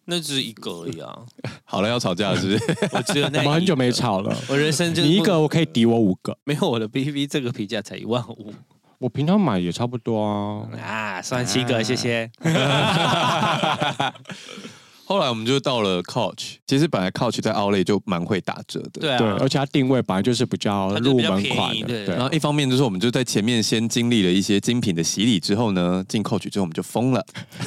[SPEAKER 1] 那只是一个而已啊，
[SPEAKER 3] 好了，要吵架了是不是？ [LAUGHS]
[SPEAKER 1] 我只有
[SPEAKER 2] 我
[SPEAKER 1] 那。
[SPEAKER 2] 们很久没，吵了，
[SPEAKER 1] 我人生就是
[SPEAKER 2] 你一个我可以抵我五个，
[SPEAKER 1] 没有我的 B B 这个皮夹才一万 [LAUGHS] 五
[SPEAKER 2] 我平常买也差不多啊。
[SPEAKER 1] 啊，算七个，谢谢。
[SPEAKER 3] 后来我们就到了 Coach，其实本来 Coach 在 Outlet 就蛮会打折的，
[SPEAKER 1] 对
[SPEAKER 2] 对，
[SPEAKER 1] 啊，
[SPEAKER 2] 而且它定位本来就是比较
[SPEAKER 1] 它就
[SPEAKER 2] 入
[SPEAKER 1] 比较
[SPEAKER 2] 门
[SPEAKER 1] 便宜
[SPEAKER 2] 款
[SPEAKER 1] 对
[SPEAKER 2] 的，对
[SPEAKER 3] 然。后一方面就是我们就在前面先经历了一些精品的洗礼之后呢，进 Coach 之后我们就疯了。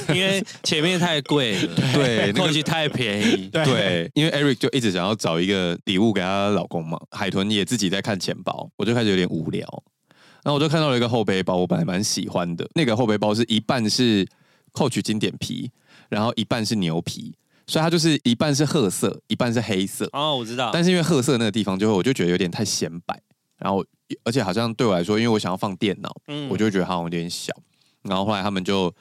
[SPEAKER 1] 因为前面太贵了，
[SPEAKER 3] 对那个
[SPEAKER 1] 后期太便宜。
[SPEAKER 2] 对
[SPEAKER 3] 对，因为 Eric 就一直想要找一个礼物给她老公嘛，海豚也自己在看钱包，我就开始有点无聊。然后我就看到了一个后背包，我本来蛮喜欢的，那个后背包是一半是 Coach 经典皮，然后一半是牛皮，所以它就是一半是褐色，一半是黑色。
[SPEAKER 1] 哦，我知
[SPEAKER 2] 啊
[SPEAKER 1] 道，
[SPEAKER 3] 但是因为褐色那个地方就会，我就觉得有点太显摆，然后而且好像对我来说，因为我想要放电脑，
[SPEAKER 1] 嗯
[SPEAKER 3] 我就会觉得它好像有点小。然后后来他们就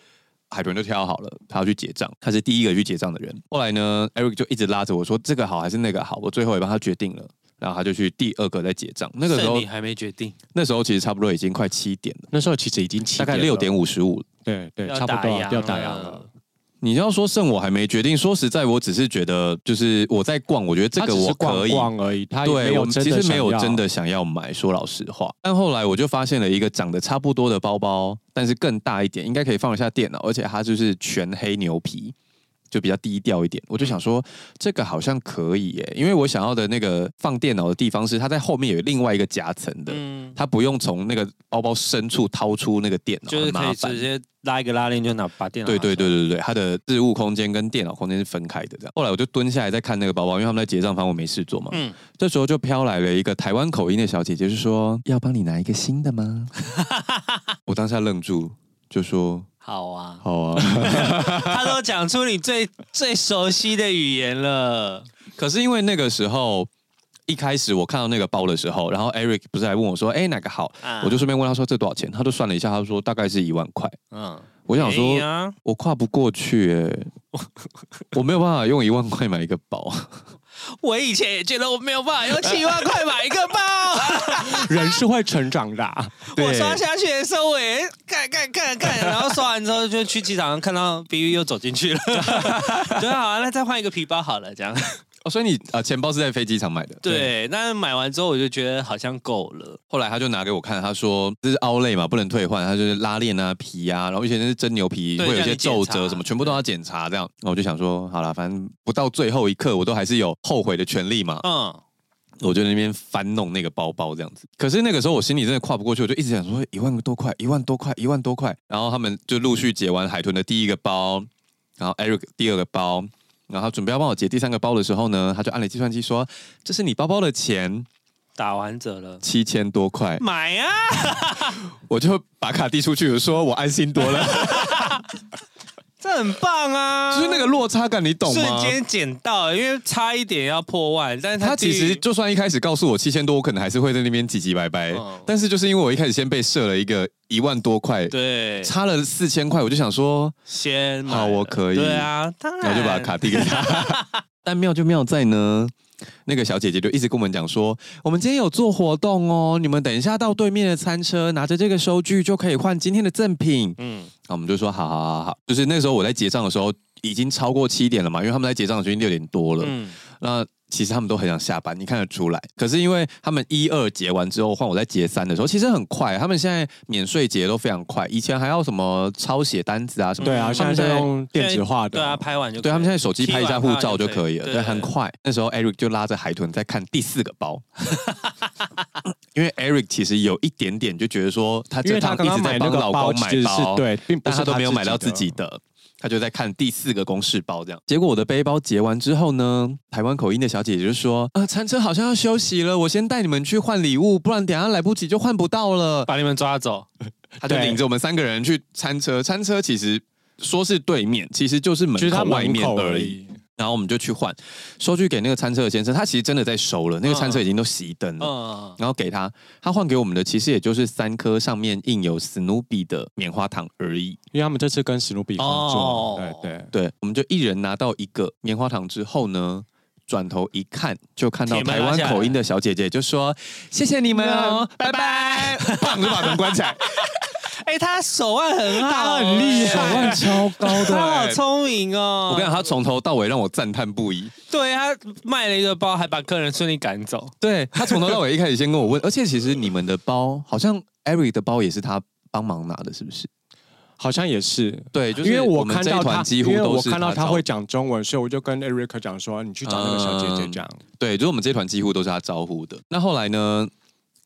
[SPEAKER 3] 海豚就挑好了，他要去结账，他是第一个去结账的人。后来呢，Eric 就一直拉着我说这个好还是那个好，我最后也帮他决定了。然后他就去第二个在结账，那个时
[SPEAKER 1] 剩
[SPEAKER 3] 候
[SPEAKER 1] 你还没决定，
[SPEAKER 3] 那时候其实差不多已经快七点了，嗯
[SPEAKER 2] 那时候其实已经七
[SPEAKER 3] 大概
[SPEAKER 2] 了
[SPEAKER 3] 六点，五十五。
[SPEAKER 2] 对对，
[SPEAKER 1] 要
[SPEAKER 2] 差不
[SPEAKER 1] 打
[SPEAKER 2] 多
[SPEAKER 1] 烊
[SPEAKER 2] 了要打烊
[SPEAKER 1] 了
[SPEAKER 2] 了。。
[SPEAKER 3] 你要说剩我还没决定，说实在，我只是觉得就是我在逛，我觉得这
[SPEAKER 2] 它
[SPEAKER 3] 个
[SPEAKER 2] 只是
[SPEAKER 3] 我可以，
[SPEAKER 2] 逛逛而已，他也没
[SPEAKER 3] 对，
[SPEAKER 2] 有
[SPEAKER 3] 我
[SPEAKER 2] 真
[SPEAKER 3] 其
[SPEAKER 2] 的
[SPEAKER 3] 实没有
[SPEAKER 2] 想要
[SPEAKER 3] 真的想要买，说老实话。但后来我就发现了一个长得差不多的包包，但是更大一点，应该可以放得下电脑，而且它就是全黑牛皮，就比较低调一点。我就想说，这个好像可以耶，因为我想要的那个放电脑的地方是它在后面有另外一个夹层的，
[SPEAKER 1] 嗯，
[SPEAKER 3] 它不用从那个包包深处掏出那个电脑，
[SPEAKER 1] 就是
[SPEAKER 3] 很
[SPEAKER 1] 可
[SPEAKER 3] 麻
[SPEAKER 1] 以
[SPEAKER 3] 烦
[SPEAKER 1] 直。接拉一个拉链就拿把电脑。
[SPEAKER 3] 对对对，对对，它的置物空间跟电脑空间是分开的。这样，后来我就蹲下来在看那个包包，因为他们在结账，反正我没事做嘛。
[SPEAKER 1] 嗯，
[SPEAKER 3] 这时候就飘来了一个台湾口音的小姐姐，就说：“要帮你拿一个新的吗？” [LAUGHS] 我当下愣住，就说
[SPEAKER 1] 好：“啊，
[SPEAKER 3] 好啊。
[SPEAKER 1] 他都讲出你最最熟悉的语言了。”
[SPEAKER 3] [LAUGHS] 可是因为那个时候一开始我看到那个包的时候，然后 Eric 不是来问我说：“哎、哪个好？”
[SPEAKER 1] 啊
[SPEAKER 3] 我就顺便问他说：“这多少钱？”他就算了一下，他说：“大概是一万块。
[SPEAKER 1] 嗯，”我
[SPEAKER 3] 我想说，我跨不过去、欸，我没有办法用一万块买一个包。
[SPEAKER 1] 我以前也觉得我没有办法用七万块买一个包。
[SPEAKER 2] 人是会成长的啊、
[SPEAKER 1] [LAUGHS] 我
[SPEAKER 3] 对
[SPEAKER 1] 刷下去的时候，我也看看看看，然后刷完之后就去机场看到 B B 又走进去了，对好、啊，那再换一个皮包好了，这样。
[SPEAKER 3] 哦，所以你啊、呃钱包是在飞机场买的？
[SPEAKER 1] 对，但是买完之后我就觉得好像够了，
[SPEAKER 3] 后来他就拿给我看，他说这是凹类嘛，不能退换，他就是拉链啊、皮啊，然后以前那是真牛皮，
[SPEAKER 1] 对
[SPEAKER 3] 会有一些
[SPEAKER 1] 叫
[SPEAKER 3] 皱
[SPEAKER 1] 你检查
[SPEAKER 3] 褶什么，全部都要检查这样。然后我就想说，好了，反正不到最后一刻，我都还是有后悔的权利嘛。
[SPEAKER 1] 嗯，
[SPEAKER 3] 我就在那边翻弄那个包包这样子。可是那个时候我心里真的跨不过去，我就一直想说一万多块，一万多块，一万多块。然后他们就陆续结完海豚的第一个包，然后 Eric 第二个包，然后他准备要帮我结第三个包的时候呢，他就按了计算机说：“这是你包包的钱，
[SPEAKER 1] 打完折了，
[SPEAKER 3] 七千多块。”
[SPEAKER 1] 买啊！ [LAUGHS]
[SPEAKER 3] 我就把卡递出去，我说我安心多了。
[SPEAKER 1] 这很棒啊！
[SPEAKER 3] 就是那个落差感，你懂
[SPEAKER 1] 瞬
[SPEAKER 3] 吗？
[SPEAKER 1] 间捡到，因为差一点要破万，但是
[SPEAKER 3] 他
[SPEAKER 1] 第
[SPEAKER 3] 其实就算一开始告诉我七千多，我可能还是会在那边唧唧歪歪。
[SPEAKER 1] 嗯
[SPEAKER 3] 但是就是因为我一开始先被设了一个一万多块，
[SPEAKER 1] 对
[SPEAKER 3] 差了四千块，我就想说，
[SPEAKER 1] 先买
[SPEAKER 3] 好我
[SPEAKER 1] 了
[SPEAKER 3] 可以
[SPEAKER 1] 对啊，当然
[SPEAKER 3] 然后就把卡递给他。
[SPEAKER 1] 哎
[SPEAKER 3] [LAUGHS] 但妙就妙在呢，那个小姐姐就一直跟我们讲说，我们今天有做活动哦，你们等一下到对面的餐车拿着这个收据就可以换今天的赠品。
[SPEAKER 1] 嗯
[SPEAKER 3] 然后我们就说好好好好，就是那时候我在结账的时候已经超过七点了嘛，因为他们在结账的时候已经六点多了。
[SPEAKER 1] 嗯
[SPEAKER 3] 那其实他们都很想下班，你看得出来。可是因为他们一二结完之后，换我在结三的时候，其实很快。啊他们现在免税结都非常快，以前还要什么抄写单子啊什么。
[SPEAKER 1] 嗯
[SPEAKER 2] 对啊，
[SPEAKER 3] 他
[SPEAKER 2] 现
[SPEAKER 3] 们
[SPEAKER 2] 在
[SPEAKER 3] 现
[SPEAKER 2] 在
[SPEAKER 3] 在
[SPEAKER 2] 用电子化的，
[SPEAKER 1] 对啊，拍完就
[SPEAKER 3] 对他们现
[SPEAKER 1] 在
[SPEAKER 3] 在手机拍一下护照就可以
[SPEAKER 1] 踢完拍就
[SPEAKER 3] 了，
[SPEAKER 1] 可以
[SPEAKER 3] 对，很快。那时候 Eric 就拉着海豚在看第四个包， [LAUGHS] 因为 Eric 其实有一点点就觉得说，他
[SPEAKER 2] 因
[SPEAKER 3] 这
[SPEAKER 2] 为他
[SPEAKER 3] 趟
[SPEAKER 2] 刚
[SPEAKER 3] 一
[SPEAKER 2] 刚
[SPEAKER 3] 直在
[SPEAKER 2] 买那
[SPEAKER 3] 帮
[SPEAKER 2] 个
[SPEAKER 3] 老
[SPEAKER 2] 包
[SPEAKER 3] 公
[SPEAKER 2] 其
[SPEAKER 3] 买
[SPEAKER 2] 实是
[SPEAKER 3] 包，啊
[SPEAKER 2] 对，并不
[SPEAKER 3] 但
[SPEAKER 2] 是
[SPEAKER 3] 他都没有买到自
[SPEAKER 2] 自
[SPEAKER 3] 己
[SPEAKER 2] 己的。
[SPEAKER 3] 的，他就在看第四个公式包这样。结果我的背包结完之后呢，台湾口音的小姐姐就说：“啊，餐车好像要休息了，我先带你们去换礼物，不然等一下来不及就换不到了。
[SPEAKER 1] 把你们抓走，”
[SPEAKER 3] 他就
[SPEAKER 2] 对
[SPEAKER 3] 领着我们三个人去餐车，餐车其实说是对面，其实就是
[SPEAKER 2] 就是
[SPEAKER 3] 门
[SPEAKER 2] 他
[SPEAKER 3] 口
[SPEAKER 2] 门
[SPEAKER 3] 外面
[SPEAKER 2] 口
[SPEAKER 3] 而已。。然后我们就去换，收据给那个餐车的先生，他其实真的在收了，那个餐
[SPEAKER 2] 嗯
[SPEAKER 3] 车已经都熄灯了。
[SPEAKER 1] 嗯，
[SPEAKER 3] 然后给他，他换给我们的其实也就是三颗上面印有史努比的棉花糖而已。
[SPEAKER 2] 因为他们这次跟史努比合作，
[SPEAKER 1] 哦
[SPEAKER 2] 对对，
[SPEAKER 3] 对，我们就一人拿到一个棉花糖之后呢，转头一看，就看到
[SPEAKER 1] 铁门
[SPEAKER 3] 台
[SPEAKER 1] 拉
[SPEAKER 3] 湾
[SPEAKER 1] 下来
[SPEAKER 3] 口音的小姐姐就说：“谢谢你们哦，拜 [LAUGHS] 拜。”砰就把门关起来，
[SPEAKER 1] [LAUGHS] 哎，他手腕很好，
[SPEAKER 2] 他很厉
[SPEAKER 3] 手
[SPEAKER 2] 害
[SPEAKER 3] 腕超高的、
[SPEAKER 1] [LAUGHS] 他好聪明哦！
[SPEAKER 2] 嗯
[SPEAKER 3] 我跟你讲，他从头到尾让我赞叹
[SPEAKER 2] [LAUGHS]
[SPEAKER 3] 不已。
[SPEAKER 1] 对他卖了一个包，还把客人顺利赶走。
[SPEAKER 3] 对他从头到尾一开始先跟我问，而且其实你们的包好像 Eric 的包也是他帮忙拿的，是不是？
[SPEAKER 2] 好像也是。
[SPEAKER 3] 对，就是
[SPEAKER 2] 因为
[SPEAKER 3] 我
[SPEAKER 2] 我
[SPEAKER 3] 们
[SPEAKER 2] 看
[SPEAKER 3] 这一
[SPEAKER 2] 到
[SPEAKER 3] 团
[SPEAKER 2] 他，
[SPEAKER 3] 几乎
[SPEAKER 2] 因为
[SPEAKER 3] 都
[SPEAKER 2] 我
[SPEAKER 3] 是
[SPEAKER 2] 看到
[SPEAKER 3] 他
[SPEAKER 2] 他
[SPEAKER 3] 找
[SPEAKER 2] 会讲中文，所以我就跟 Eric 讲说：“你去找那个小姐姐
[SPEAKER 3] 嗯
[SPEAKER 2] 讲。
[SPEAKER 3] 对，就是我们这团几乎都是他招呼的。那后来呢？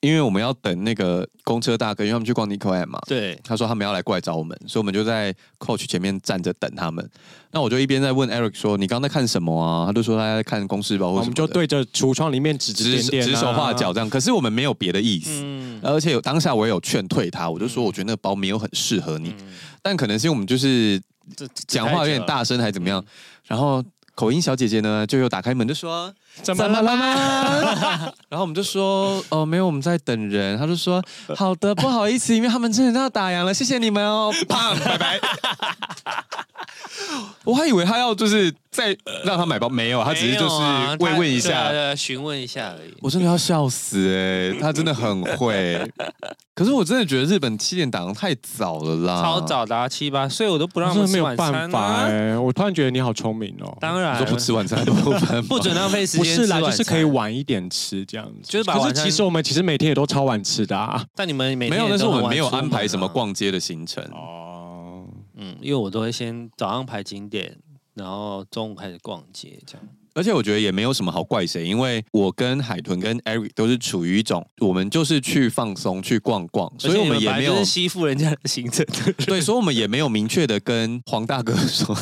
[SPEAKER 3] 因为我们要等那个公车大哥，因为他们去逛 n i c o 嘛，
[SPEAKER 1] 对，
[SPEAKER 3] 他说他们要来过来找我们，所以我们就在 coach 前面站着等他们。那我就一边在问 Eric 说：“你刚刚在看什么啊？”他就说他在看公事包
[SPEAKER 2] 我
[SPEAKER 3] 或
[SPEAKER 2] 们
[SPEAKER 3] 什么的
[SPEAKER 2] 就对着橱窗里面指指
[SPEAKER 3] 指
[SPEAKER 2] 点点、啊，
[SPEAKER 3] 指手画脚。这样。可是我们没有别的意思，
[SPEAKER 1] 嗯，
[SPEAKER 3] 而且有当下我也有劝退他，我就
[SPEAKER 2] 嗯
[SPEAKER 3] 说我觉得那个包没有很适合你，但可能是因为我们就是
[SPEAKER 1] 这
[SPEAKER 3] 讲话有点，大声还是怎
[SPEAKER 2] 嗯
[SPEAKER 3] 么样，然后。口音小姐姐呢，就又打开门就说
[SPEAKER 2] 怎么了？
[SPEAKER 3] 啦吗？ [LAUGHS] 然后我们就说，哦，没有，我们在等人。他就 [LAUGHS] 说，好的，不好意思，因为他们真的要打烊了，谢谢你们哦，砰， [LAUGHS] 拜拜。我还以为他要就是再让他买包，没有，他只是就是慰问一
[SPEAKER 1] 没有啊
[SPEAKER 3] 下
[SPEAKER 1] 他对。啊对啊询问一下而已。
[SPEAKER 3] 我真的要笑死哎、他真的很 [LAUGHS] 会。可是我真的觉得日本七点打烊太早了啦，
[SPEAKER 1] 超。早的啊，七八岁我都不让
[SPEAKER 2] 我
[SPEAKER 1] 他
[SPEAKER 2] 真
[SPEAKER 1] 们
[SPEAKER 2] 的没
[SPEAKER 1] 吃
[SPEAKER 2] 有
[SPEAKER 1] 晚
[SPEAKER 2] 办
[SPEAKER 1] 餐
[SPEAKER 2] 法
[SPEAKER 1] 啊。
[SPEAKER 2] 哎、我突然觉得你好聪明哦。
[SPEAKER 1] 当
[SPEAKER 3] 你
[SPEAKER 1] 然
[SPEAKER 3] 说不吃晚餐的部分吗，
[SPEAKER 1] 不准浪费时
[SPEAKER 2] 不
[SPEAKER 1] 间，
[SPEAKER 2] 是啦，
[SPEAKER 1] 吃
[SPEAKER 2] 就
[SPEAKER 1] 晚
[SPEAKER 2] 是
[SPEAKER 1] 餐
[SPEAKER 2] 可以，晚一点吃这样子。
[SPEAKER 1] 就是把
[SPEAKER 2] 可
[SPEAKER 1] 晚
[SPEAKER 2] 是
[SPEAKER 1] 餐
[SPEAKER 2] 其实我们其实每天也都超晚吃的啊。
[SPEAKER 1] 但你们每
[SPEAKER 3] 没
[SPEAKER 1] 天
[SPEAKER 3] 有，
[SPEAKER 1] 也
[SPEAKER 3] 但是
[SPEAKER 1] 都
[SPEAKER 3] 我
[SPEAKER 1] 很
[SPEAKER 3] 们
[SPEAKER 1] 晚
[SPEAKER 3] 没有
[SPEAKER 1] 出门
[SPEAKER 3] 安排什么
[SPEAKER 1] 啊，
[SPEAKER 3] 逛街的行程。
[SPEAKER 2] 哦，
[SPEAKER 1] 嗯，因为我都会先早上排景点，然后中午开始逛街这样。
[SPEAKER 3] 而且我觉得也没有什么好怪谁，因为我跟海豚跟 Eric 都是处于一种我们就是去放松、去逛逛，所以
[SPEAKER 1] 而
[SPEAKER 3] 我
[SPEAKER 1] 且你
[SPEAKER 3] 们
[SPEAKER 1] 们
[SPEAKER 3] 也
[SPEAKER 1] 本来
[SPEAKER 3] 没有
[SPEAKER 1] 就是吸附人家的行
[SPEAKER 3] [LAUGHS]
[SPEAKER 1] 程，
[SPEAKER 3] 对，所以我们也没有明确的跟黄大哥 [LAUGHS] 说，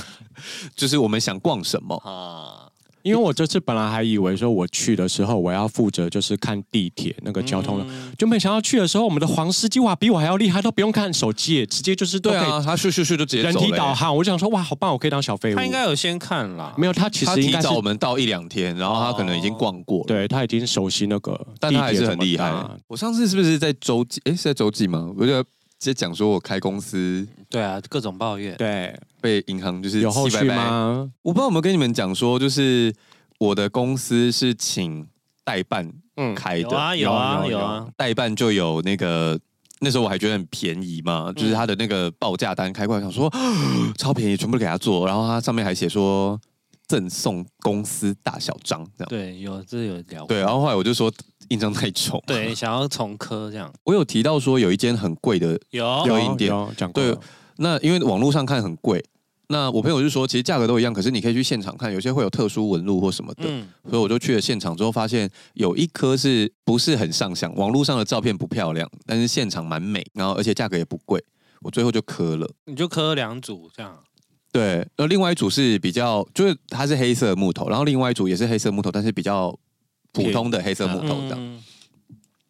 [SPEAKER 3] 就是我们想逛什么。
[SPEAKER 1] 啊，
[SPEAKER 2] [LAUGHS] 因为我这次本来还以为说我去的时候我要负责就是看地铁那个交通了，
[SPEAKER 1] 嗯
[SPEAKER 2] 就没想到去的时候我们的黄司机哇比我还要厉害，都不用看手机耶，直接就是都
[SPEAKER 3] 对
[SPEAKER 2] 可以
[SPEAKER 3] 啊，他咻咻咻就直接
[SPEAKER 2] 人
[SPEAKER 3] 走
[SPEAKER 2] 体
[SPEAKER 3] 了、
[SPEAKER 2] 导航。我就想说哇，好棒，我可以当小废物
[SPEAKER 1] 他。应该有先看啦，
[SPEAKER 2] 没有，他其
[SPEAKER 3] 他
[SPEAKER 2] 实应
[SPEAKER 3] 提
[SPEAKER 2] 该是哦
[SPEAKER 3] 早我们到一两天，然后他可能已经逛过了。。
[SPEAKER 2] 对他已经熟悉那个，
[SPEAKER 3] 但他还是很厉害。
[SPEAKER 2] 啊
[SPEAKER 3] 我上次是不是在周记？哎，是在周记吗？我就直接讲说我开公司
[SPEAKER 1] 对啊，各种抱怨，
[SPEAKER 2] 对，
[SPEAKER 3] 被银行就是
[SPEAKER 2] 有后
[SPEAKER 3] 气
[SPEAKER 2] 续
[SPEAKER 3] 拜拜
[SPEAKER 2] 吗？
[SPEAKER 3] 我不知道有没有跟你们讲说，就是我的公司是请代办
[SPEAKER 2] 嗯
[SPEAKER 3] 开
[SPEAKER 1] 有
[SPEAKER 3] 的，
[SPEAKER 1] 啊有
[SPEAKER 2] 有
[SPEAKER 1] 啊
[SPEAKER 2] 有
[SPEAKER 1] 有
[SPEAKER 2] 有
[SPEAKER 1] 啊，
[SPEAKER 3] 代办就有那个。那时候我还觉得很便宜嘛，就是他的那个报价单开过来，想说超便宜，全部给他做，然后他上面还写说赠送公司大小章这样。
[SPEAKER 1] 对有这有聊过
[SPEAKER 3] 对，然后后来我就说印章太丑。
[SPEAKER 1] 对，想要重科这样
[SPEAKER 3] 我有提到说有一间很贵的
[SPEAKER 1] 有
[SPEAKER 3] 有
[SPEAKER 2] 有
[SPEAKER 3] 一点
[SPEAKER 2] 哦有讲过
[SPEAKER 3] 对那因为网络上看很贵，那我朋友就说其实价格都一样，可是你可以去现场看，有些会有特殊纹路或什么的。
[SPEAKER 1] 嗯
[SPEAKER 3] 所以我就去了现场之后，发现有一颗是不是很上相？网络上的照片不漂亮，但是现场蛮美，然后而且价格也不贵，我最后就磕了。
[SPEAKER 1] 你就科两组这样，
[SPEAKER 3] 对，那另外一组是比较，就是它是黑色的木头，然后另外一组也是黑色木头，但是比较普通的黑色木头这样。
[SPEAKER 1] 嗯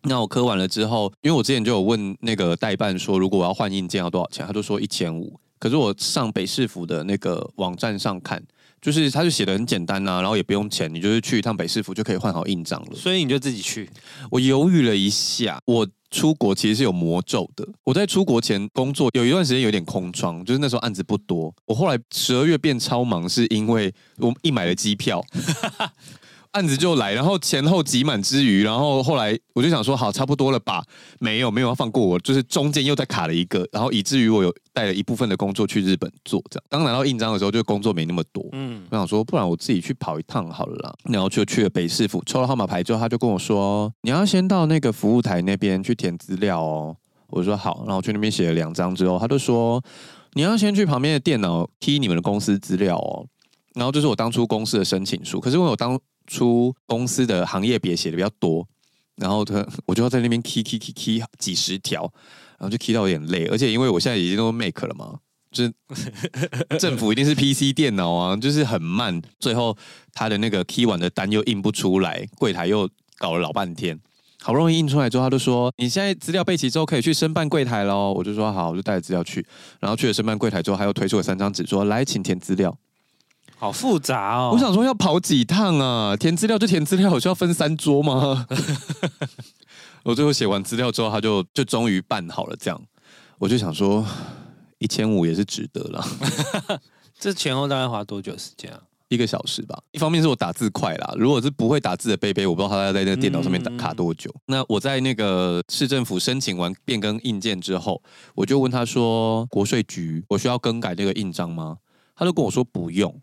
[SPEAKER 3] 那我磕完了之后，因为我之前就有问那个代办说，如果我要换硬件要多少钱，他就说一千五。可是我上北市府的那个网站上看，就是它就写的很简单呐、啊然后也不用钱，你就是去一趟北市府就可以换好印章了。
[SPEAKER 1] 所以你就自己去，
[SPEAKER 3] 我犹豫了一下，我出国其实是有魔咒的。我在出国前工作有一段时间有点空窗，就是那时候案子不多。我后来十二月变超忙，是因为我一买了机票。 [LAUGHS] 案子就来，然后前后挤满之余，然后后来我就想说，好，差不多了吧？没有，没有要放过我，就是中间又再卡了一个，然后以至于我有带了一部分的工作去日本做，这样。刚拿到印章的时候，就工作没那么多，
[SPEAKER 1] 嗯，
[SPEAKER 3] 我想说，不然我自己去跑一趟好了啦。然后就去了北市府，抽了号码牌之后，他就跟我说，你要先到那个服务台那边去填资料哦。我说好，然后我去那边写了两张之后，他就说你要先去旁边的电脑 key 你们的公司资料哦。然后就是我当初公司的申请书，可是因为我当初公司的行业别写的比较多，然后他我就要在那边 key key key key 几十条，然后就 key 到有点累，而且因为我现在已经都 make 了嘛，就是政府一定是 PC 电脑啊，就是很慢，最后他的那个 key 完的单又印不出来，柜台又搞了老半天。好不容易印出来之后，他就说：“你现在资料备齐之后，可以去申办柜台喽。”我就说：“好，我就带着资料去。”然后去了申办柜台之后，他又推出了三张纸，说：“来，请填资料。”
[SPEAKER 1] 好复杂哦。
[SPEAKER 3] 我想说要跑几趟啊？填资料就填资料，我需要分三桌吗？我最后写完资料之后，他就就终于办好了，这样我就想说一千五也是值得了，
[SPEAKER 1] 这前后大概花多久时间啊？
[SPEAKER 3] 一个小时吧。一方面是我打字快啦，如果是不会打字的贝贝，我不知道他要在那个电脑上面打
[SPEAKER 1] 嗯
[SPEAKER 3] 卡多久。那我在那个市政府申请完变更印件之后，我就问他说：“国税局，我需要更改这个印章吗？”他就跟我说不用。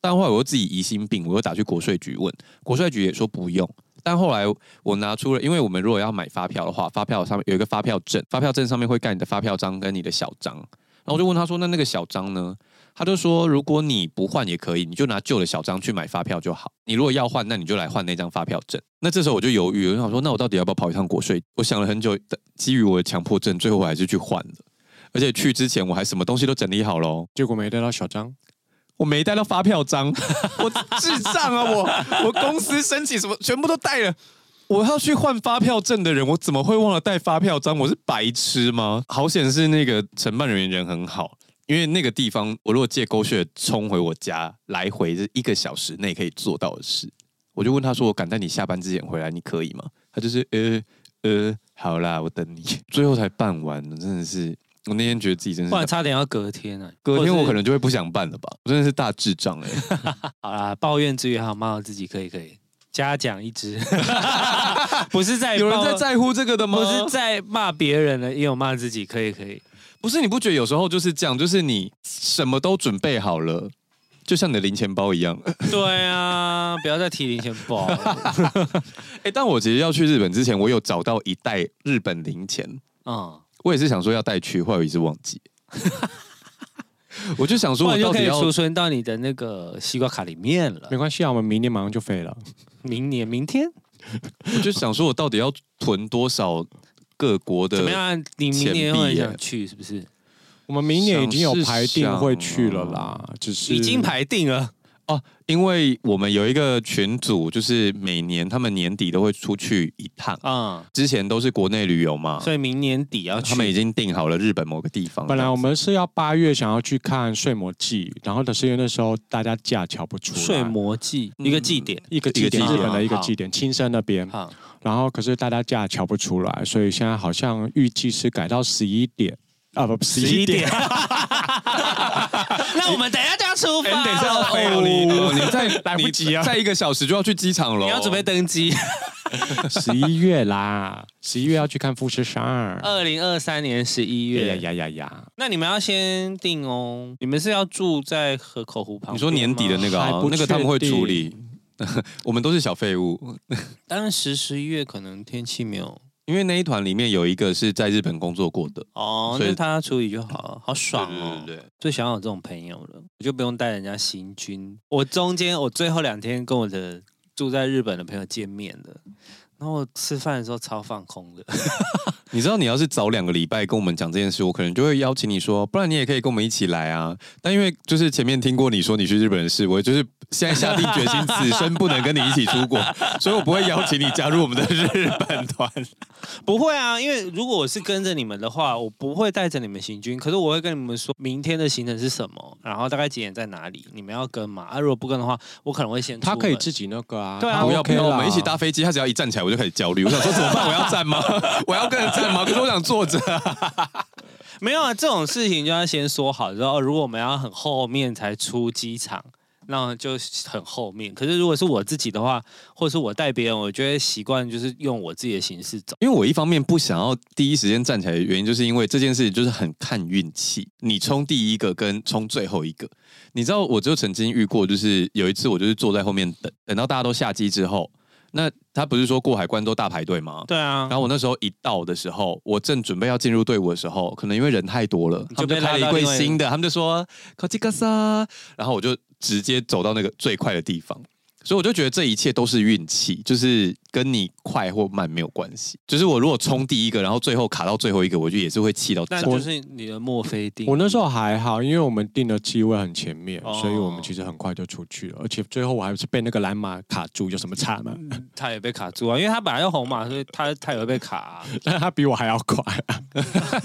[SPEAKER 3] 但后来我又自己疑心病，我又打去国税局问，国税局也说不用。但后来我拿出了，因为我们如果要买发票的话，发票上面有一个发票证，发票证上面会盖你的发票章跟你的小章。然后我就问他说：“那那个小章呢？”他就说：“如果你不换也可以，你就拿旧的小章去买发票就好。你如果要换，那你就来换那张发票证。”那这时候我就犹豫，我想说：“那我到底要不要跑一趟国税？”我想了很久，但基于我的强迫症，最后我还是去换了。而且去之前我还什么东西都整理好了哦，
[SPEAKER 2] 结果没带到小张，
[SPEAKER 3] 我没带到发票章，我智障啊！我我公司申请什么全部都带了。我要去换发票证的人，我怎么会忘了带发票章？我是白痴吗？好险是那个承办人员人很好，因为那个地方我如果借狗血冲回我家，来回是一个小时内可以做到的事。我就问他说：“我赶在你下班之前回来，你可以吗？”他就是呃呃，好啦，我等你。 [LAUGHS] 最后才办完，真的是我那天觉得自己真是
[SPEAKER 1] 不然差点要隔天啊呢、
[SPEAKER 3] 嗯隔天我可
[SPEAKER 1] 能
[SPEAKER 3] 能就会不想办了吧，我真的是大智障哎、
[SPEAKER 1] 好啦，抱怨之余还有骂我自己，可以可以，嘉奖一
[SPEAKER 3] [LAUGHS]
[SPEAKER 1] 支，不是在
[SPEAKER 3] 有人
[SPEAKER 1] 抱
[SPEAKER 3] 在在乎这个的吗？
[SPEAKER 1] 不是在骂别人了，也有骂自己，可以
[SPEAKER 3] [LAUGHS]
[SPEAKER 1] 可以。
[SPEAKER 3] 不是，你不觉得有时候就是这样，就是你什么都准备好了，就像你的零钱包一样。
[SPEAKER 1] 对啊，不要再提零钱包
[SPEAKER 3] [LAUGHS]
[SPEAKER 1] 了。
[SPEAKER 3] 哎、但我其实要去日本之前，我有找到一袋日本零钱，
[SPEAKER 1] 嗯，
[SPEAKER 3] 我也是想说要带去，后来我一直忘记。我就想说，
[SPEAKER 1] 不
[SPEAKER 3] 我
[SPEAKER 1] 然就
[SPEAKER 3] 到
[SPEAKER 1] 可
[SPEAKER 3] 底
[SPEAKER 1] 以
[SPEAKER 3] 要
[SPEAKER 1] 储存到你的那个西瓜卡里面了
[SPEAKER 2] 没。关系啊，我们明年马上就飞
[SPEAKER 3] [LAUGHS]
[SPEAKER 2] 了。
[SPEAKER 1] 明年明天
[SPEAKER 3] 我就想说，我到底要囤多少各国的？
[SPEAKER 1] 怎么样啊？你明年会很想去是不是？
[SPEAKER 2] 我们明年已经有排定
[SPEAKER 3] 想是
[SPEAKER 2] 会去了啦，只是
[SPEAKER 3] 啊
[SPEAKER 1] 已经排定了。
[SPEAKER 3] 因为我们有一个群组，就是每年他们年底都会出去一趟，
[SPEAKER 1] 嗯，
[SPEAKER 3] 之前都是国内旅游嘛，
[SPEAKER 1] 所以明年底要去。
[SPEAKER 3] 啊他们已经定好了日本某个地方。
[SPEAKER 2] 本来我们是要八月想要去看睡魔记，然后但是因为那时候大家假瞧不出来，
[SPEAKER 1] 睡魔祭
[SPEAKER 3] 嗯
[SPEAKER 1] 一个祭典。啊
[SPEAKER 2] 一个祭典，
[SPEAKER 3] 一个祭啊
[SPEAKER 2] 日
[SPEAKER 3] 典
[SPEAKER 2] 本的一个
[SPEAKER 1] 好
[SPEAKER 2] 祭典，青森那边，
[SPEAKER 1] 好，
[SPEAKER 2] 然后可是大家假瞧不出来，所以现在好像预计是改到十一点啊，不十一
[SPEAKER 3] [LAUGHS]
[SPEAKER 2] 点，。
[SPEAKER 1] 那我们等一下就要出发
[SPEAKER 3] 哎
[SPEAKER 1] 了。
[SPEAKER 3] 你等一下要飞了，你
[SPEAKER 2] 哦
[SPEAKER 3] 你再
[SPEAKER 2] 来不及啊
[SPEAKER 3] 你再一个小时就要去机场了。
[SPEAKER 1] 你要准备登机。
[SPEAKER 2] [LAUGHS] 十一月啦，十一月要去看富士山。
[SPEAKER 1] 二零二三年十一
[SPEAKER 2] 呀
[SPEAKER 3] 哎
[SPEAKER 1] 月。
[SPEAKER 2] 呀呀呀！
[SPEAKER 1] 那你们要先定哦。你们是要住在河口湖旁边吗？
[SPEAKER 3] 你说年底的那个啊
[SPEAKER 2] 还不
[SPEAKER 3] 那个他们会
[SPEAKER 2] 确定
[SPEAKER 3] 处理， [LAUGHS] 我们都是小废物。
[SPEAKER 1] 当然十十一月可能天气没有
[SPEAKER 3] 因为那一团里面有一个是在日本工作过的，
[SPEAKER 1] 哦，
[SPEAKER 3] 所以
[SPEAKER 1] 那他处理就好了，好爽哦！
[SPEAKER 3] 对对对
[SPEAKER 1] 最想要有这种朋友了，我就不用带人家行军。我中间我最后两天跟我的住在日本的朋友见面了，然后我吃饭的时候超放空的， [LAUGHS]
[SPEAKER 3] 你知道你要是早两个礼拜跟我们讲这件事，我可能就会邀请你说，不然你也可以跟我们一起来啊。但因为就是前面听过你说你去日本的事，我就是现在下定决心， [LAUGHS] 此生不能跟你一起出国，所以我不会邀请你加入我们的日本团。
[SPEAKER 1] 不会啊，因为如果我是跟着你们的话，我不会带着你们行军，可是我会跟你们说明天的行程是什么，然后大概几点在哪里，你们要跟嘛？啊，如果不跟的话，我可能会先出
[SPEAKER 2] 他
[SPEAKER 1] 门。
[SPEAKER 2] 可以自己那个啊，
[SPEAKER 1] 对啊
[SPEAKER 2] 他
[SPEAKER 3] 不要
[SPEAKER 2] OK
[SPEAKER 3] 不要，
[SPEAKER 2] 啦
[SPEAKER 3] 我们一起搭。飞机，他只要一站起来我就开始焦虑，我想 [LAUGHS] 说怎么办？我要站吗？我要跟着站吗？可是我想坐着。
[SPEAKER 1] 没有啊，这种事情就要先说好，然后如果我们要很后面才出机场，那就很后面。可是如果是我自己的话，或是我带别人，我就会习惯就是用我自己的形式走。
[SPEAKER 3] 因为我一方面不想要第一时间站起来的原因，就是因为这件事情就是很看运气，你冲第一个跟冲最后一个。你知道，我就曾经遇过，就是有一次我就是坐在后面等，等到大家都下机之后，那他不是说过海关都大排队吗？
[SPEAKER 1] 对啊
[SPEAKER 3] 然，后我那时候一到的时候，我正准备要进入队伍的时候，可能因为人太多了，
[SPEAKER 1] 你
[SPEAKER 3] 他
[SPEAKER 1] 就
[SPEAKER 3] 们
[SPEAKER 1] 被
[SPEAKER 3] 就开了一
[SPEAKER 1] 拉到
[SPEAKER 3] 柜
[SPEAKER 1] 另外一个
[SPEAKER 3] 新的，他们就说“考吉嘎萨”，然后我就直接走到那个最快的地方。所以我就觉得这一切都是运气，就是跟你快或慢没有关系。就是我如果冲第一个，然后最后卡到最后一个，我就也是会气到炸
[SPEAKER 1] 那。就是你的墨菲定律。
[SPEAKER 2] 我那时候还好，因为我们订的机位很前面，
[SPEAKER 1] 哦
[SPEAKER 2] 所以我们其实很快就出去了。而且最后我还是被那个蓝马卡住，有什么啊差吗？
[SPEAKER 1] 他也被卡住啊，因为他本来要红马，所以他他也会被卡、
[SPEAKER 3] [LAUGHS]
[SPEAKER 1] 啊，
[SPEAKER 2] 但 [LAUGHS] 他比我还要快，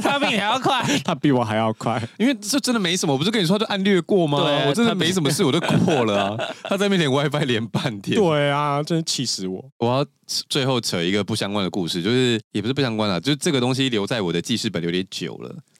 [SPEAKER 1] 他比你还要快。
[SPEAKER 2] 他比我还要快。 [LAUGHS]
[SPEAKER 3] 因为这真的没什么，我不是跟你说就按略过吗？
[SPEAKER 1] 对啊
[SPEAKER 3] 我真的
[SPEAKER 1] 他
[SPEAKER 3] 没什么事，我就过
[SPEAKER 1] [LAUGHS]
[SPEAKER 3] 了啊。他在面前 WiFi 连半天，
[SPEAKER 2] 对啊，真是气死我！
[SPEAKER 3] 我要最后扯一个不相关的故事，就是也不是不相关啦，就是这个东西留在我的记事本有点久了。
[SPEAKER 1] [LAUGHS]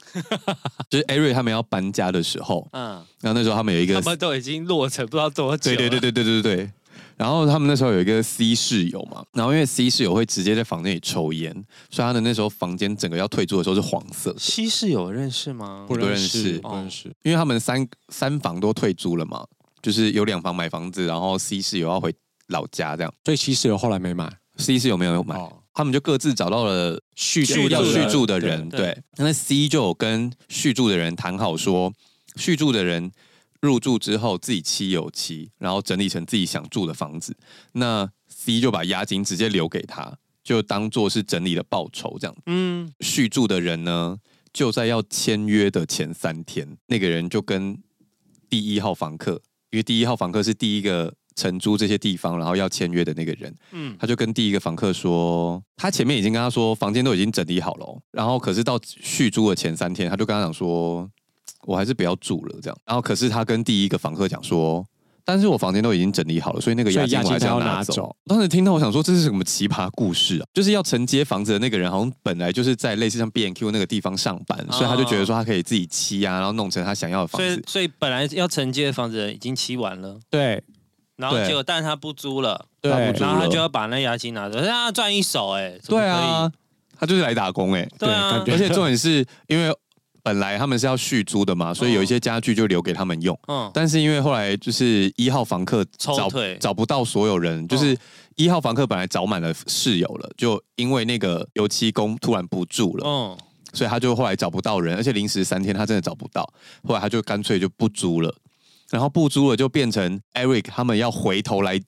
[SPEAKER 3] 就是艾瑞他们要搬家的时候，
[SPEAKER 1] 嗯，
[SPEAKER 3] 然后那时候他们有一
[SPEAKER 1] 他
[SPEAKER 3] 个，
[SPEAKER 1] 们都已经落成不知道多久
[SPEAKER 3] 对
[SPEAKER 1] 了。
[SPEAKER 3] 对对对对对对对。然后他们那时候有一个 C 室友嘛，然后因为 C 室友会直接在房间里抽烟，所以他的那时候房间整个要退租的时候是黄色的，
[SPEAKER 1] 西市有认识吗？
[SPEAKER 2] 不
[SPEAKER 3] 认
[SPEAKER 2] 认
[SPEAKER 3] 识
[SPEAKER 2] 识，不认识。
[SPEAKER 3] 因为他们三三房都退租了嘛，就是有两房买房子，然后 C 室友要回老家这样
[SPEAKER 2] 所以其实我后来没买。
[SPEAKER 3] ，C 室友没有买，
[SPEAKER 2] 哦，
[SPEAKER 3] 他们就各自找到了续
[SPEAKER 1] 住的
[SPEAKER 3] 要
[SPEAKER 1] 人
[SPEAKER 3] 续住的人，
[SPEAKER 1] 对对
[SPEAKER 3] 对，那 C 就有跟续住的人谈好说，续住的人入住之后自己漆有漆，然后整理成自己想住的房子，那 C 就把押金直接留给他，就当做是整理的报酬这样。
[SPEAKER 1] 嗯，
[SPEAKER 3] 续住的人呢，就在要签约的前三天，那个人就跟第一号房客，因为第一号房客是第一个承租这些地方，然后要签约的那个人，
[SPEAKER 1] 嗯
[SPEAKER 3] 嗯，他就跟第一个房客说，他前面已经跟他说房间都已经整理好了哦，然后可是到续租的前三天，他就跟他讲说，我还是不要住了这样，然后可是他跟第一个房客讲说。但是我房间都已经整理好了，所以那个
[SPEAKER 2] 所
[SPEAKER 3] 押
[SPEAKER 2] 以
[SPEAKER 3] 金
[SPEAKER 2] 押
[SPEAKER 3] 我
[SPEAKER 2] 金
[SPEAKER 3] 还是
[SPEAKER 2] 他要
[SPEAKER 3] 要拿
[SPEAKER 2] 拿
[SPEAKER 3] 走。
[SPEAKER 2] 走。
[SPEAKER 3] 当时听到，我想说这是什么奇葩故事啊？就是要承接房子的那个人，好像本来就是在类似像 B N Q 那个地方上班，
[SPEAKER 1] 哦
[SPEAKER 3] 所以他就觉得说他可以自己漆啊，然后弄成他想要的房
[SPEAKER 1] 所以
[SPEAKER 3] 子。
[SPEAKER 1] 所以本来要承接的房子已经期完了，
[SPEAKER 2] 对
[SPEAKER 1] 然后
[SPEAKER 3] 对
[SPEAKER 1] 结果但他不租了，
[SPEAKER 2] 对
[SPEAKER 3] 他不租
[SPEAKER 1] 然后他
[SPEAKER 3] 了
[SPEAKER 1] 就要把那押金拿走，让他赚一手哎、怎么
[SPEAKER 3] 对啊，他就是来打工哎、
[SPEAKER 1] 可以，对啊，
[SPEAKER 2] 对感觉
[SPEAKER 3] 而且重点是因为本来他们是要续租的嘛，所以有一些家具就留给他们用。
[SPEAKER 1] 嗯，
[SPEAKER 3] 但是因为后来就是一号房客
[SPEAKER 1] 抽哦
[SPEAKER 3] 找
[SPEAKER 1] 腿
[SPEAKER 3] 找不到所有人，就是一号房客本来找满了室友了，就因为那个油漆工突然不住了，
[SPEAKER 1] 嗯，
[SPEAKER 3] 所以他就后来找不到人，而且临时三天他真的找不到，后来他就干脆就不租了，然后不租了就变成 Eric 他们要回头来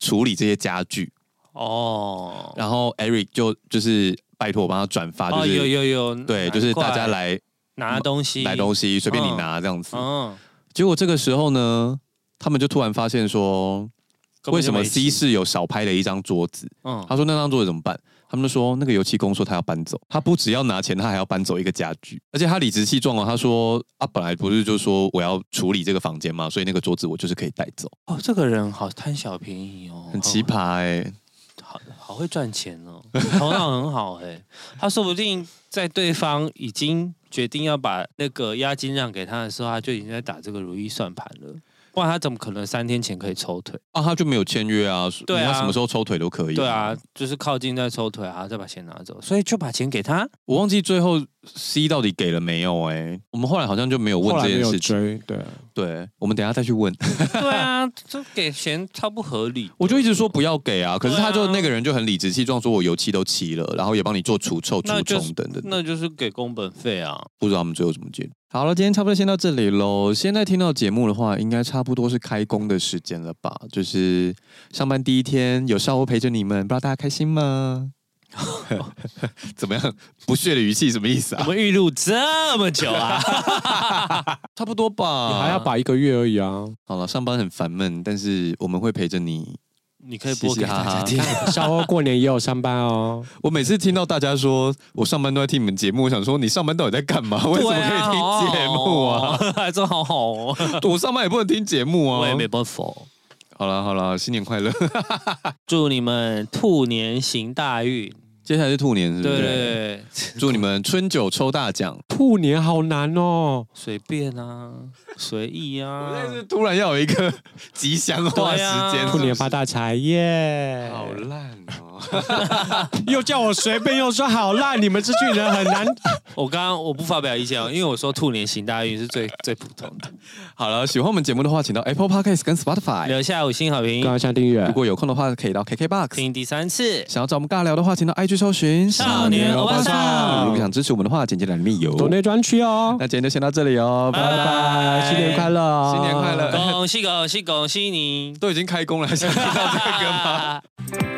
[SPEAKER 3] 处理这些家具，
[SPEAKER 1] 哦，
[SPEAKER 3] 然后 Eric 就就是拜托我帮他转发，啊就
[SPEAKER 1] 哦，有
[SPEAKER 3] 是、
[SPEAKER 1] 有有，
[SPEAKER 3] 对，就是大家
[SPEAKER 1] 难怪
[SPEAKER 3] 来
[SPEAKER 1] 拿东西，
[SPEAKER 3] 来东西，随便你拿这样子。
[SPEAKER 1] 嗯，
[SPEAKER 3] 结果这个时候呢，他们就突然发现说，
[SPEAKER 1] 根本就
[SPEAKER 3] 为什么
[SPEAKER 1] 没
[SPEAKER 3] C
[SPEAKER 1] 钱
[SPEAKER 3] 室友少拍了一张桌子？
[SPEAKER 1] 嗯，
[SPEAKER 3] 他说那张桌子怎么办？他们就说那个油漆工说他要搬走，他不只要拿钱，他还要搬走一个家具，而且他理直气壮哦，他说啊本来不是就说我要处理这个房间嘛，所以那个桌子我就是可以带走，
[SPEAKER 1] 哦，这个人好贪小便宜哦，
[SPEAKER 3] 很奇葩哎、
[SPEAKER 1] 好好会赚钱哦，头脑很好哎、他说不定在对方已经决定要把那个押金让给他的时候，他就已经在打这个如意算盘了。不然他怎么可能三天前可以抽腿？
[SPEAKER 3] 啊他就没有签约啊，
[SPEAKER 1] 对啊
[SPEAKER 3] 你要什么时候抽腿都可以，
[SPEAKER 1] 对啊，，就是靠近再抽腿啊，再把钱拿走，所以就把钱给他。
[SPEAKER 3] 我忘记最后 C 到底给了没有哎、我们后来好像就没有问
[SPEAKER 2] 后来
[SPEAKER 3] 这
[SPEAKER 2] 没
[SPEAKER 3] 件
[SPEAKER 2] 有
[SPEAKER 3] 事情，啊
[SPEAKER 2] 追，对，
[SPEAKER 3] 对，我们等一下再去问，
[SPEAKER 1] 对啊， [LAUGHS] 这给钱超不合理。
[SPEAKER 3] 我就一直说不要给啊，可是他
[SPEAKER 1] 对
[SPEAKER 3] 就
[SPEAKER 1] 啊
[SPEAKER 3] 那个人就很理直气壮说我油漆都漆了，然后也帮你做除臭、除
[SPEAKER 1] 那就是
[SPEAKER 3] 虫等等的，
[SPEAKER 1] 那就是给工本费啊。
[SPEAKER 3] 不知道他们最后怎么解决。好了，今天差不多先到这里喽。现在听到节目的话，应该差不多是开工的时间了吧？就是上班第一天，有少欧陪着你们，不知道大家开心吗？ [LAUGHS] 怎么样？不屑的语气什么意思
[SPEAKER 1] 我
[SPEAKER 3] 啊？
[SPEAKER 1] 们预录这么久 [LAUGHS] 啊，
[SPEAKER 3] 差不多吧。
[SPEAKER 2] 还要摆一个月而已啊。
[SPEAKER 3] 好了，上班很烦闷，但是我们会陪着你。
[SPEAKER 1] 你可以播给
[SPEAKER 3] 嘻嘻
[SPEAKER 1] 大
[SPEAKER 3] 哈哈
[SPEAKER 1] 家 [LAUGHS] 听。
[SPEAKER 2] 小欧过年也有上班哦，
[SPEAKER 3] 我每次听到大家说我上班都在听你们节目，我想说你上班到底在干 [LAUGHS] 嘛？为什么可以听节目啊？
[SPEAKER 1] 对？啊 [LAUGHS] 还真好好哦，
[SPEAKER 3] [LAUGHS] 我上班也不能听节目啊。
[SPEAKER 1] 我也没办法。
[SPEAKER 3] 好了好了，新年快乐！
[SPEAKER 1] 祝你们兔年行大运，
[SPEAKER 3] [LAUGHS] 接下来是兔年，是
[SPEAKER 1] 对
[SPEAKER 3] 不
[SPEAKER 1] 对
[SPEAKER 3] 是？
[SPEAKER 1] 嗯对，
[SPEAKER 3] 祝你们春酒抽大奖！
[SPEAKER 2] 兔年好难哦。
[SPEAKER 1] 随便 [LAUGHS] 啊，随意
[SPEAKER 3] 我
[SPEAKER 1] 啊
[SPEAKER 3] 现在，是突然要有一个 [LAUGHS] 吉祥话时
[SPEAKER 1] 对啊
[SPEAKER 3] 间，
[SPEAKER 2] 兔年发大财耶！
[SPEAKER 3] 好烂哦！
[SPEAKER 2] 又叫我随便，又说好烂，你们这群人很难。
[SPEAKER 1] 我刚刚我不发表意见哦，因为我说兔年行大运是最最普通 [LAUGHS] 的。
[SPEAKER 3] 好了，喜欢我们节目的话，请到 Apple Podcast 跟 Spotify。
[SPEAKER 1] 留下五星好
[SPEAKER 2] 刚
[SPEAKER 1] 评，
[SPEAKER 2] 刚下订阅
[SPEAKER 3] 如，果有空的话，可以到 KKBox。
[SPEAKER 1] 听第三次。
[SPEAKER 3] 想要找我们尬聊的话，请到 IG 搜寻
[SPEAKER 1] 少年欧巴桑
[SPEAKER 3] 如果想支持我们的话，简介栏里面有。
[SPEAKER 2] 抖内专区哦。
[SPEAKER 3] 那今天就先到这里哦，拜
[SPEAKER 1] 拜
[SPEAKER 3] 拜。
[SPEAKER 2] 拜，新年快乐，哦
[SPEAKER 3] 新年快乐
[SPEAKER 1] 哦
[SPEAKER 3] [LAUGHS]
[SPEAKER 1] 恭喜恭喜恭喜你！ [LAUGHS]
[SPEAKER 3] 都已经开工了，还想听到这个吗？